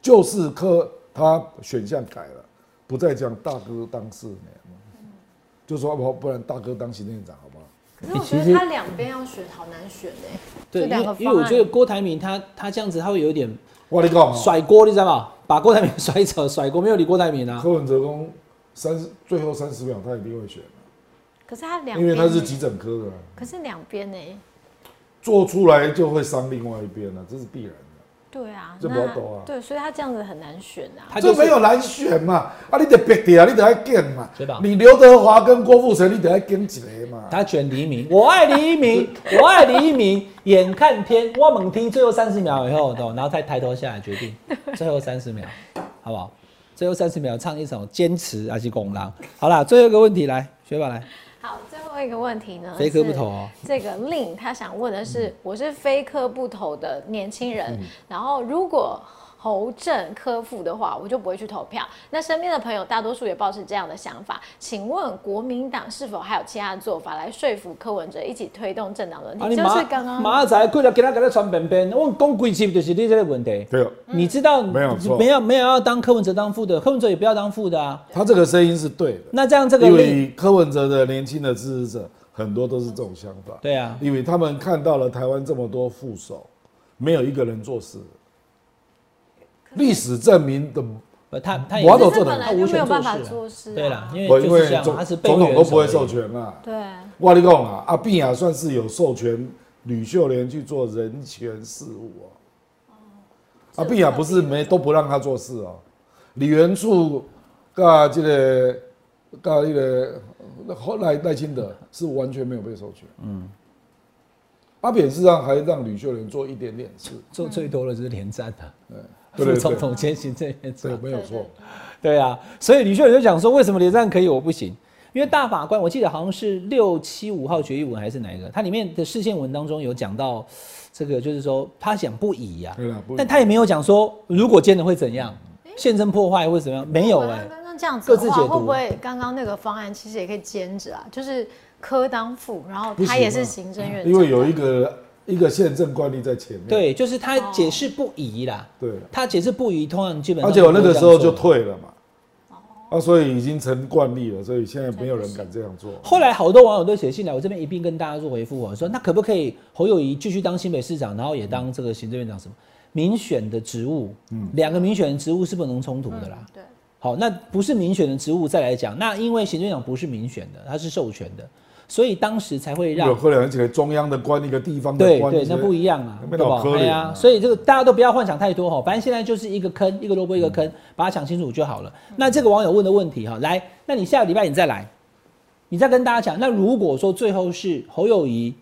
Speaker 3: 就是柯他选项改了，不再讲大哥当四年了，就说哦不不然大哥当行政院长好不好？
Speaker 4: 可是我觉得他两边要选，好难选哎、
Speaker 2: 对，
Speaker 5: 这
Speaker 2: 因
Speaker 5: 两
Speaker 2: 为
Speaker 5: 个
Speaker 2: 因为我
Speaker 5: 方案
Speaker 2: 觉得郭台铭他他这样子他会有一点
Speaker 3: 我跟你讲、哦。
Speaker 2: 甩锅，你知道吧？把郭台铭甩走，甩锅没有理郭台铭啊
Speaker 3: 柯。文哲公三十最后三十秒他一定会选，啊
Speaker 5: 可是他两
Speaker 3: 因为
Speaker 5: 边
Speaker 3: 他是
Speaker 5: 呢
Speaker 3: 急诊科的啊，
Speaker 5: 可是两边欸呢？
Speaker 3: 做出来就会伤另外一边啊了，这是必然的。
Speaker 5: 对啊，
Speaker 3: 这
Speaker 5: 那
Speaker 3: 不要抖啊
Speaker 5: 对，所以他这样子很难选啊。
Speaker 2: 他就
Speaker 3: 这
Speaker 2: 是
Speaker 3: 没有难选嘛，啊，你得别的啊，你得爱跟嘛
Speaker 2: 谁吧。
Speaker 3: 你刘德华跟郭富城，你得爱跟几个嘛。
Speaker 2: 他选黎明，我爱黎明， *laughs* 我爱黎明。眼看天，我猛踢，最后三十秒以后，懂？然后再抬头下来决
Speaker 5: *laughs*
Speaker 2: 定，最后三十秒，好不好？最后三十秒唱一首《坚持》还是《拱狼》？好啦，最后一个问题来，学霸来，
Speaker 5: 好，最后一个问题呢？
Speaker 2: 非科不
Speaker 5: 是
Speaker 2: 投哦
Speaker 5: 这个令他想问的是，我是非科不投的年轻人，
Speaker 2: 嗯
Speaker 5: 然后如果侯正科副的话，我就不会去投票。那身边的朋友大多数也抱持这样的想法。请问国民党是否还有其他的做法来说服柯文哲一起推动政党轮
Speaker 2: 啊
Speaker 5: 替？就是刚刚
Speaker 2: 马仔过来给他给他传便便，我讲几集就是你这个问题。
Speaker 3: 对，
Speaker 5: 嗯
Speaker 2: 你知道
Speaker 3: 没有错
Speaker 2: 没有没有要当柯文哲当副的，柯文哲也不要当副的啊。
Speaker 3: 他这个声音是对的，
Speaker 2: 那这样这个
Speaker 3: 因
Speaker 2: 令，
Speaker 3: 为柯文哲的年轻的支持者很多都是这种想法。
Speaker 2: 对啊
Speaker 3: 因为他们看到了台湾这么多副手，没有一个人做事。历史证明的
Speaker 2: 呃他他
Speaker 3: 我
Speaker 2: 也
Speaker 3: 要
Speaker 2: 是
Speaker 3: 走这
Speaker 5: 这
Speaker 3: 本
Speaker 5: 本
Speaker 3: 来
Speaker 5: 来
Speaker 2: 就
Speaker 5: 就没
Speaker 2: 没有
Speaker 5: 有
Speaker 2: 办
Speaker 5: 办
Speaker 2: 法
Speaker 5: 法
Speaker 2: 做
Speaker 5: 做事、
Speaker 2: 啊
Speaker 5: 啊
Speaker 2: 对啦，因
Speaker 3: 我
Speaker 2: 为
Speaker 3: 因
Speaker 2: 就是
Speaker 3: 为
Speaker 2: 这样，
Speaker 3: 总
Speaker 2: 他是被
Speaker 3: 总统都不会
Speaker 2: 选而
Speaker 3: 授
Speaker 2: 已。
Speaker 3: 权啦。
Speaker 5: 对，
Speaker 3: 我跟你讲啊啦，阿扁也算是有授权吕秀莲去做人权事务哦。阿扁啊也不是没都不让他做事哦。李元处噶这个噶这个呃后来赖清德是完全没有被授权。嗯。阿扁事实上还让吕秀莲做一点点事，
Speaker 2: 做最多的就是连战啊的、
Speaker 3: 嗯对
Speaker 2: 副
Speaker 3: 对
Speaker 2: 总
Speaker 3: 对，
Speaker 2: 统兼行政院
Speaker 3: 啊对
Speaker 2: 长。
Speaker 3: 没有错。
Speaker 2: 对啊，所以李秀莲就讲说，为什么连战可以，我不行？因为大法官，我记得好像是六七五号决议文还是哪一个，它里面的视线文当中有讲到这个，就是说他想不以啊呀、
Speaker 3: 对啦不以
Speaker 2: 但他也没有讲说如果监的会怎样，宪政破坏会怎么样，没有哎、
Speaker 5: 刚刚这样
Speaker 2: 各
Speaker 5: 子
Speaker 2: 自
Speaker 5: 的
Speaker 2: 解
Speaker 5: 话，
Speaker 2: 读
Speaker 5: 会不会刚刚那个方案其实也可以兼着啊？就是科当副，然后
Speaker 3: 不行
Speaker 5: 他
Speaker 3: 啊
Speaker 5: 也是行政院长，啊
Speaker 3: 因为有一个一个宪政惯例在前面。
Speaker 2: 对，就是他解释不疑啦，
Speaker 3: 对。
Speaker 2: 他解释不疑，通常基本上
Speaker 3: 而且我那个时候就。退了嘛，
Speaker 2: 哦
Speaker 3: 啊，所以已经成惯例了，所以现在没有人敢这样做。
Speaker 2: 后来好多网友都写信来，我这边一并跟大家做回复哦，我说那可不可以侯友谊继续当新北市长，然后也当这个行政院长什么民选的职务？
Speaker 3: 嗯
Speaker 2: 两个民选的职务是不能冲突的啦。
Speaker 5: 对。
Speaker 2: 好，那不是民选的职务再来讲，那因为行政院长不是民选的，他是授权的，所以当时才会
Speaker 3: 有
Speaker 2: 让。
Speaker 3: 可能而且中央的官，一个地方的
Speaker 2: 对
Speaker 3: 官，
Speaker 2: 对，那不一样啊，
Speaker 3: 那
Speaker 2: 对
Speaker 3: 边老
Speaker 2: 吧？
Speaker 3: 可
Speaker 2: 哎
Speaker 3: 怜
Speaker 2: 呀
Speaker 3: 啊，
Speaker 2: 所以这个大家都不要幻想太多哈，反正现在就是一个坑，一个萝卜一个
Speaker 3: 嗯
Speaker 2: 坑，把它想清楚就好了。那这个网友问的问题哈，来，那你下个礼拜你再来，你再跟大家讲，那如果说最后是侯友谊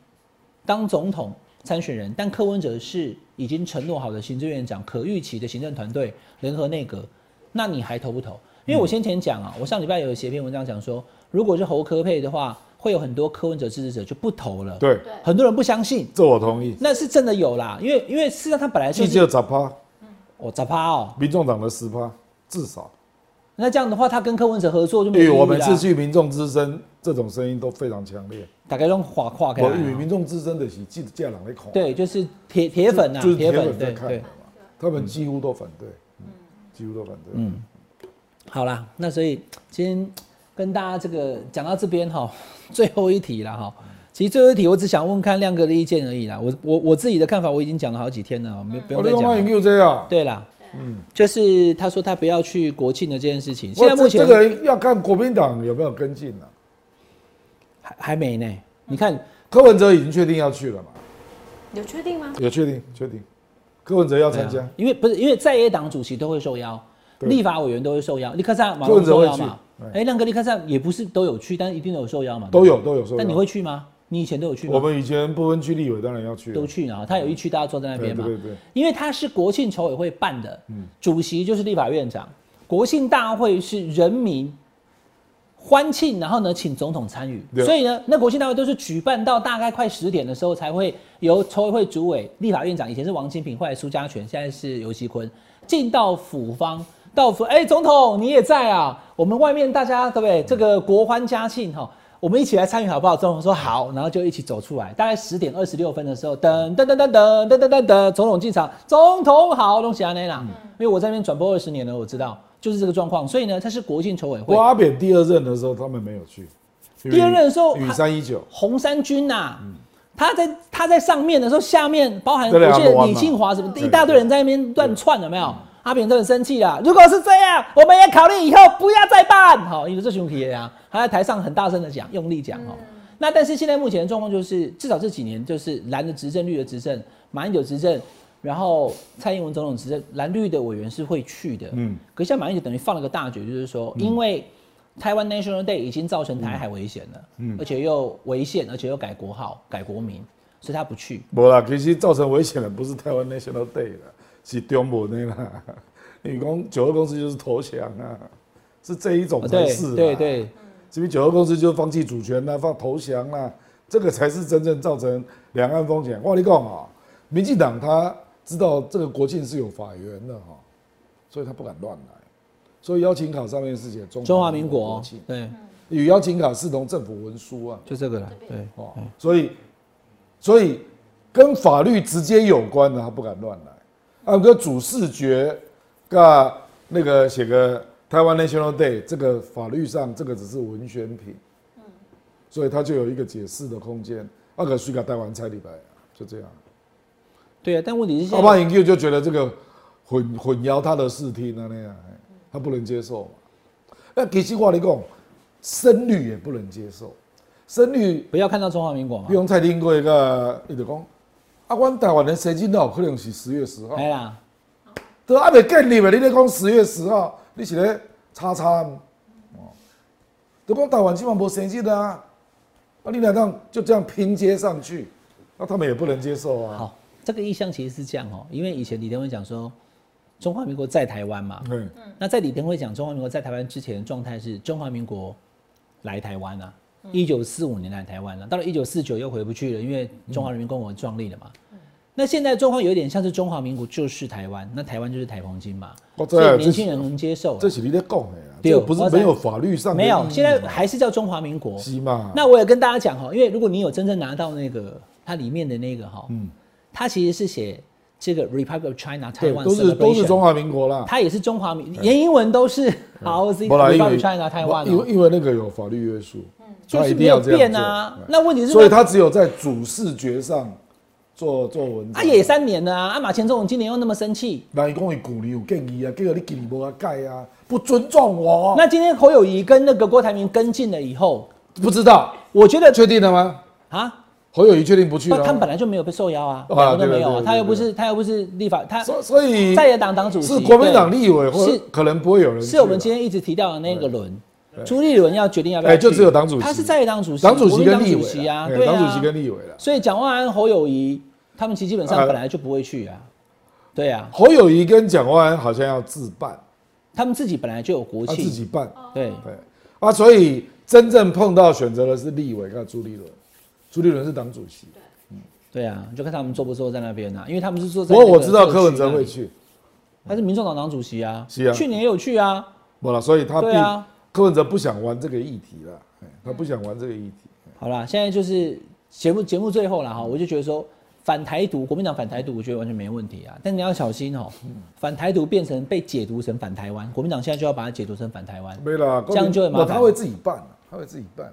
Speaker 2: 当总统参选人，但柯文哲是已经承诺好的行政院长，可预期的行政团队联合内阁，那你还投不投？因为我先前讲啊，
Speaker 3: 嗯
Speaker 2: 我上礼拜有写篇文章讲说，如果是侯科配的话，会有很多柯文哲支持者就不投了。
Speaker 3: 对，
Speaker 2: 很多人不相信，
Speaker 3: 这我同意。
Speaker 2: 那是真的有啦，因为因为事实上他本来就
Speaker 3: 既
Speaker 2: 是
Speaker 3: 就十趴，
Speaker 2: 哦杂趴哦，
Speaker 3: 民众党的十趴，至少。
Speaker 2: 那这样的话他跟柯文哲合作就没
Speaker 3: 因
Speaker 2: 有意
Speaker 3: 为
Speaker 2: 义啦
Speaker 3: 我每次去民众之声，这种声音都非常强烈。
Speaker 2: 大概用垮垮给
Speaker 3: 我
Speaker 2: 他，
Speaker 3: 因为民众之声的是记者家人在看，
Speaker 2: 对，就是啊铁铁粉啊，
Speaker 3: 就是
Speaker 2: 铁
Speaker 3: 铁
Speaker 2: 粉
Speaker 3: 粉
Speaker 2: 对
Speaker 3: 在看的
Speaker 2: 对
Speaker 3: 嘛，他们几乎都反对，几乎都反对。嗯，
Speaker 2: 好啦，那所以今天跟大家这个讲到这边哈， *laughs* 最后一题了哈。其实最后一题，我只想问看亮哥的意见而已啦。我我我自己的看法，我已经讲了好几天了，没有不
Speaker 3: 我
Speaker 2: 用再
Speaker 3: 另
Speaker 2: 讲
Speaker 3: 外研
Speaker 2: 了。
Speaker 3: 究这样，
Speaker 2: 对啦，嗯，就是他说他不要去国庆的这件事情，
Speaker 3: 我
Speaker 2: 现在目前
Speaker 3: 这这个要看国民党有没有跟进了、啊
Speaker 2: 还还没呢。你看，
Speaker 3: 柯文哲已经确定要去了嘛？
Speaker 4: 有确定吗？
Speaker 3: 有确定，确定，柯文哲要参
Speaker 2: 对
Speaker 3: 加
Speaker 2: 啊，因为不是因为在野党主席都会受邀，
Speaker 3: 对
Speaker 2: 立法委员都会受邀，立刻上马
Speaker 3: 柯
Speaker 2: 龙
Speaker 3: 文哲
Speaker 2: 受
Speaker 3: 会
Speaker 2: 邀
Speaker 3: 去
Speaker 2: 嘛。
Speaker 3: 对
Speaker 2: 哎，亮哥，立刻上也不是都有去，但一定有受邀嘛。对
Speaker 3: 都
Speaker 2: 不对
Speaker 3: 有都有受邀。
Speaker 2: 但你会去吗？你以前都有去吗？
Speaker 3: 我们以前不分区立委当然要去啊，
Speaker 2: 都去啊，他有一区大家坐在那边嘛，
Speaker 3: 对嗯对对
Speaker 2: 因为他是国庆筹委会办的，主席就是立法院长，国庆大会是人民欢庆，然后呢请总统参与，
Speaker 3: 对
Speaker 2: 所以呢，那国庆大会都是举办到大概快十点的时候才会由筹委会主委、立法院长，以前是王金平，后来苏家全，现在是尤熙坤，进到府方。到府，哎、总统你也在啊！我们外面大家对不对？这个国欢嘉庆哈，我们一起来参与好不好？总统说好，然后就一起走出来。大概十点二十六分的时候，噔噔噔噔噔噔噔噔噔，总统进场，总统好，龙喜安内啦。因为我在那边转播二十年了，我知道就是这个状况。所以呢，它是国庆筹委会
Speaker 3: 郭，阿扁第二任的时候，他们没有去。
Speaker 2: 第二任的时候
Speaker 3: 雨三一九，
Speaker 2: 红衫军呐、他在他在上面的时候，下面包含
Speaker 3: 对啊
Speaker 2: 我记得
Speaker 3: 罗安嘛
Speaker 2: 李庆华什么的
Speaker 3: 对嗯
Speaker 2: 一大堆人在那边乱窜，有没有？阿扁都很生气啦。如果是这样，我们也考虑以后不要再办。好，因为这熊皮啊，他在台上很大声的讲，用力讲哦。
Speaker 3: 嗯
Speaker 2: 那但是现在目前的状况就是，至少这几年就是蓝的执政、绿的执政、马英九执政，然后蔡英文总统执政，蓝绿的委员是会去的。嗯
Speaker 3: 嗯，
Speaker 2: 可是现在马英九等于放了个大局，就是说，因为台湾 National Day 已经造
Speaker 3: 嗯
Speaker 2: 成台海危险了，而且又违宪，而且又改国号、改国名，所以他不去。
Speaker 3: 无啦，其实造成危险的不是台湾 National Day 啦，是中文的啦。 *laughs* 你讲九二公司就是投降啊，是这一种才
Speaker 2: 哦对
Speaker 3: 是、啊。
Speaker 2: 对，对，
Speaker 3: 这边九二公司就是放弃主权啦、放投降啦、这个才是真正造成两岸风险。我跟你讲啊、民进党他知道这个国庆是有法源的哈、所以他不敢乱来，所以邀请卡上面是写中
Speaker 2: 中华民
Speaker 3: 国嗯
Speaker 2: 国
Speaker 3: 庆，
Speaker 2: 对，
Speaker 3: 与邀请卡视同政府文书啊。
Speaker 2: 就这个了，对。
Speaker 3: 哦，所以所以跟法律直接有关的，他不敢乱来。啊，个主视觉，噶那个写个台湾 National Day，这个法律上这个只是文宣品，所以他就有一个解释的空间。啊，可是个台湾菜礼拜啊，就这样。
Speaker 2: 对啊，但问题是
Speaker 3: 奥
Speaker 2: 现
Speaker 3: 巴
Speaker 2: 在，
Speaker 3: 研究就觉得这个混混淆他的视听啊那样，哎他不能接受嘛。那其实话你讲，深绿也不能接受，深绿
Speaker 2: 不要看到中华民国嘛
Speaker 3: 比，如讲蔡英文个，伊就讲，啊，阮台湾的生日有可能是十月十号，
Speaker 2: 哎啦，
Speaker 3: 都还没建立嘛，你咧讲十月十号，你是咧叉叉吗，哦，就讲台湾基本无生日啊，啊，你俩这样就这样拼接上去，那他们也不能接受啊。
Speaker 2: 好，这个意向其实是这样哦，因为以前李登辉讲说，中华民国在台湾嘛，
Speaker 3: 对，
Speaker 2: 那在李登辉讲中华民国在台湾之前的状态是中华民国来台湾啊，
Speaker 3: 嗯
Speaker 2: 一九四五年来台湾了、啊到了一九四九又回不去了，因为
Speaker 3: 嗯
Speaker 2: 中华人民共和国创立了嘛。那现在状况有点像是中华民国就是台湾，那台湾就是台澎金嘛，
Speaker 3: 我知道
Speaker 2: 所以年
Speaker 3: 哦这
Speaker 2: 轻人能接受啊。
Speaker 3: 这是你咧讲的啦，
Speaker 2: 对
Speaker 3: 这个不是
Speaker 2: 我知道
Speaker 3: 没有法律上的
Speaker 2: 没有，
Speaker 3: 意义
Speaker 2: 现在还是叫中华民国。
Speaker 3: 是嘛？
Speaker 2: 那我也跟大家讲哈，因为如果你有真正拿到那个它里面的那个哈，
Speaker 3: 嗯
Speaker 2: 它其实是写这个 Republic of China 台
Speaker 3: 对，
Speaker 2: 湾
Speaker 3: 都是都是中华民国啦。
Speaker 2: 它也是中华民，连英文都是好 Z
Speaker 3: 不啦，因
Speaker 2: Republic
Speaker 3: 为
Speaker 2: of China 台湾哦，嗯
Speaker 3: 因为因为那个有法律约束，
Speaker 2: 就
Speaker 3: 他
Speaker 2: 是
Speaker 3: 一
Speaker 2: 没
Speaker 3: 定
Speaker 2: 有
Speaker 3: 要这样
Speaker 2: 变啊
Speaker 3: 做。对
Speaker 2: 那问题是，
Speaker 3: 所以他只有在主视觉上做做文章。
Speaker 2: 他也三年了啊，啊马前总统今年又那么生气。
Speaker 3: 人讲伊旧年有建议啊，结果你今年无啊改啊，不尊重我。
Speaker 2: 那今天侯友谊跟那个郭台铭跟进了以后，
Speaker 3: 不知道
Speaker 2: 我觉得
Speaker 3: 确定了吗？
Speaker 2: 啊，
Speaker 3: 侯友谊确定不去
Speaker 2: 不
Speaker 3: 了吗。
Speaker 2: 他们本来就没有被受邀啊，
Speaker 3: 啊
Speaker 2: 两个都没有
Speaker 3: 对对
Speaker 2: 啊，
Speaker 3: 对
Speaker 2: 他又不
Speaker 3: 对
Speaker 2: 是他又不是立法，他
Speaker 3: 所所以
Speaker 2: 在野党党主席
Speaker 3: 是国民党
Speaker 2: 对
Speaker 3: 立委或
Speaker 2: 是
Speaker 3: 可能不会有人去
Speaker 2: 是我们
Speaker 3: 了
Speaker 2: 今天一直提到的那个轮。朱立伦要决定要不要
Speaker 3: 哎
Speaker 2: 去
Speaker 3: 就只有党主席
Speaker 2: 他是在野党主席，
Speaker 3: 党主
Speaker 2: 国
Speaker 3: 席
Speaker 2: 民
Speaker 3: 跟
Speaker 2: 党
Speaker 3: 立
Speaker 2: 主
Speaker 3: 委
Speaker 2: 席啊，
Speaker 3: 哎
Speaker 2: 对啊，
Speaker 3: 党主席跟立委了。
Speaker 2: 所以蒋万安、侯友谊他们其实基本上
Speaker 3: 啊
Speaker 2: 本来就不会去啊，对啊，
Speaker 3: 侯友谊跟蒋万安好像要自办，
Speaker 2: 他们自己本来就有国
Speaker 3: 他啊自
Speaker 2: 庆，
Speaker 3: 己办。
Speaker 2: 对，
Speaker 3: 对啊，所以真正碰到选择的是立委跟朱立伦，朱立伦是党主席。
Speaker 2: 对啊，就看他们坐不坐在那边啊，因为他们是坐在。
Speaker 3: 不过我知道柯文哲会，去，
Speaker 2: 啊他是民众党党主席啊，
Speaker 3: 是啊
Speaker 2: 去年也有去啊，
Speaker 3: 不了，所以他
Speaker 2: 对啊
Speaker 3: 并柯文哲不想玩这个议题了，哎他不想玩这个议题。
Speaker 2: 好啦，现在就是节目节目最后了哈，我就觉得说，反台独，国民党反台独，我觉得完全没问题啊。但你要小心哦、反台独变成被解读成反台湾，国民党现在就要把它解读成反台湾。
Speaker 3: 没啦，
Speaker 2: 这样就会麻
Speaker 3: 不
Speaker 2: 烦
Speaker 3: 他会自己办，啊他会自己办。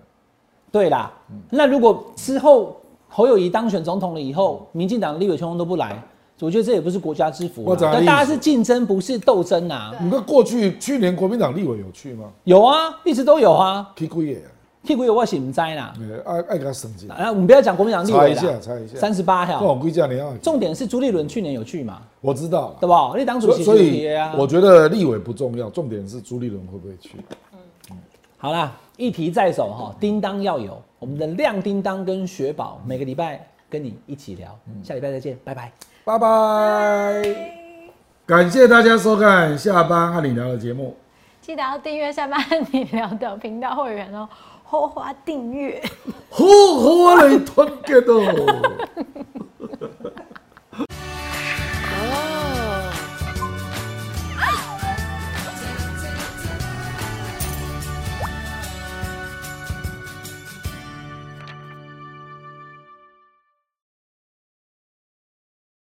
Speaker 2: 对啦，那如果之后侯友谊当选总统了以后，民进党立委通通都不来，我觉得这也不是国家之福
Speaker 3: 我
Speaker 2: 啊。
Speaker 3: 知道
Speaker 2: 但
Speaker 3: 意思
Speaker 2: 大家是竞争，不是斗争啊。
Speaker 3: 你看过去去年国民党立委有去吗？
Speaker 2: 有啊，一直都有啊。
Speaker 3: 去几个啊？
Speaker 2: 屁股有我是不知道啦。
Speaker 3: 呃爱爱给他省钱。
Speaker 2: 啊，我们不要讲国民党立委
Speaker 3: 查一
Speaker 2: 啦
Speaker 3: 下，查一下
Speaker 2: 三十八
Speaker 3: 跟我
Speaker 2: 票。
Speaker 3: 归家你要，
Speaker 2: 重点是朱立伦去年有去嘛，
Speaker 3: 我知道啦
Speaker 2: 对吧？那党主席
Speaker 3: 所
Speaker 2: 就
Speaker 3: 以
Speaker 2: 提啊。
Speaker 3: 我觉得立委不重要，重点是朱立伦会不会去。
Speaker 2: 好啦，一题在手哈，叮当要有我们的亮叮当跟雪宝，每个礼拜跟你一起聊，嗯下礼拜再见，拜拜。
Speaker 3: 拜拜，感谢大家收看下班和你聊的节目。
Speaker 5: 记得要订阅下班 *laughs* 你聊的频道会员哦，后花订阅。
Speaker 3: 好好啊，你团结哦。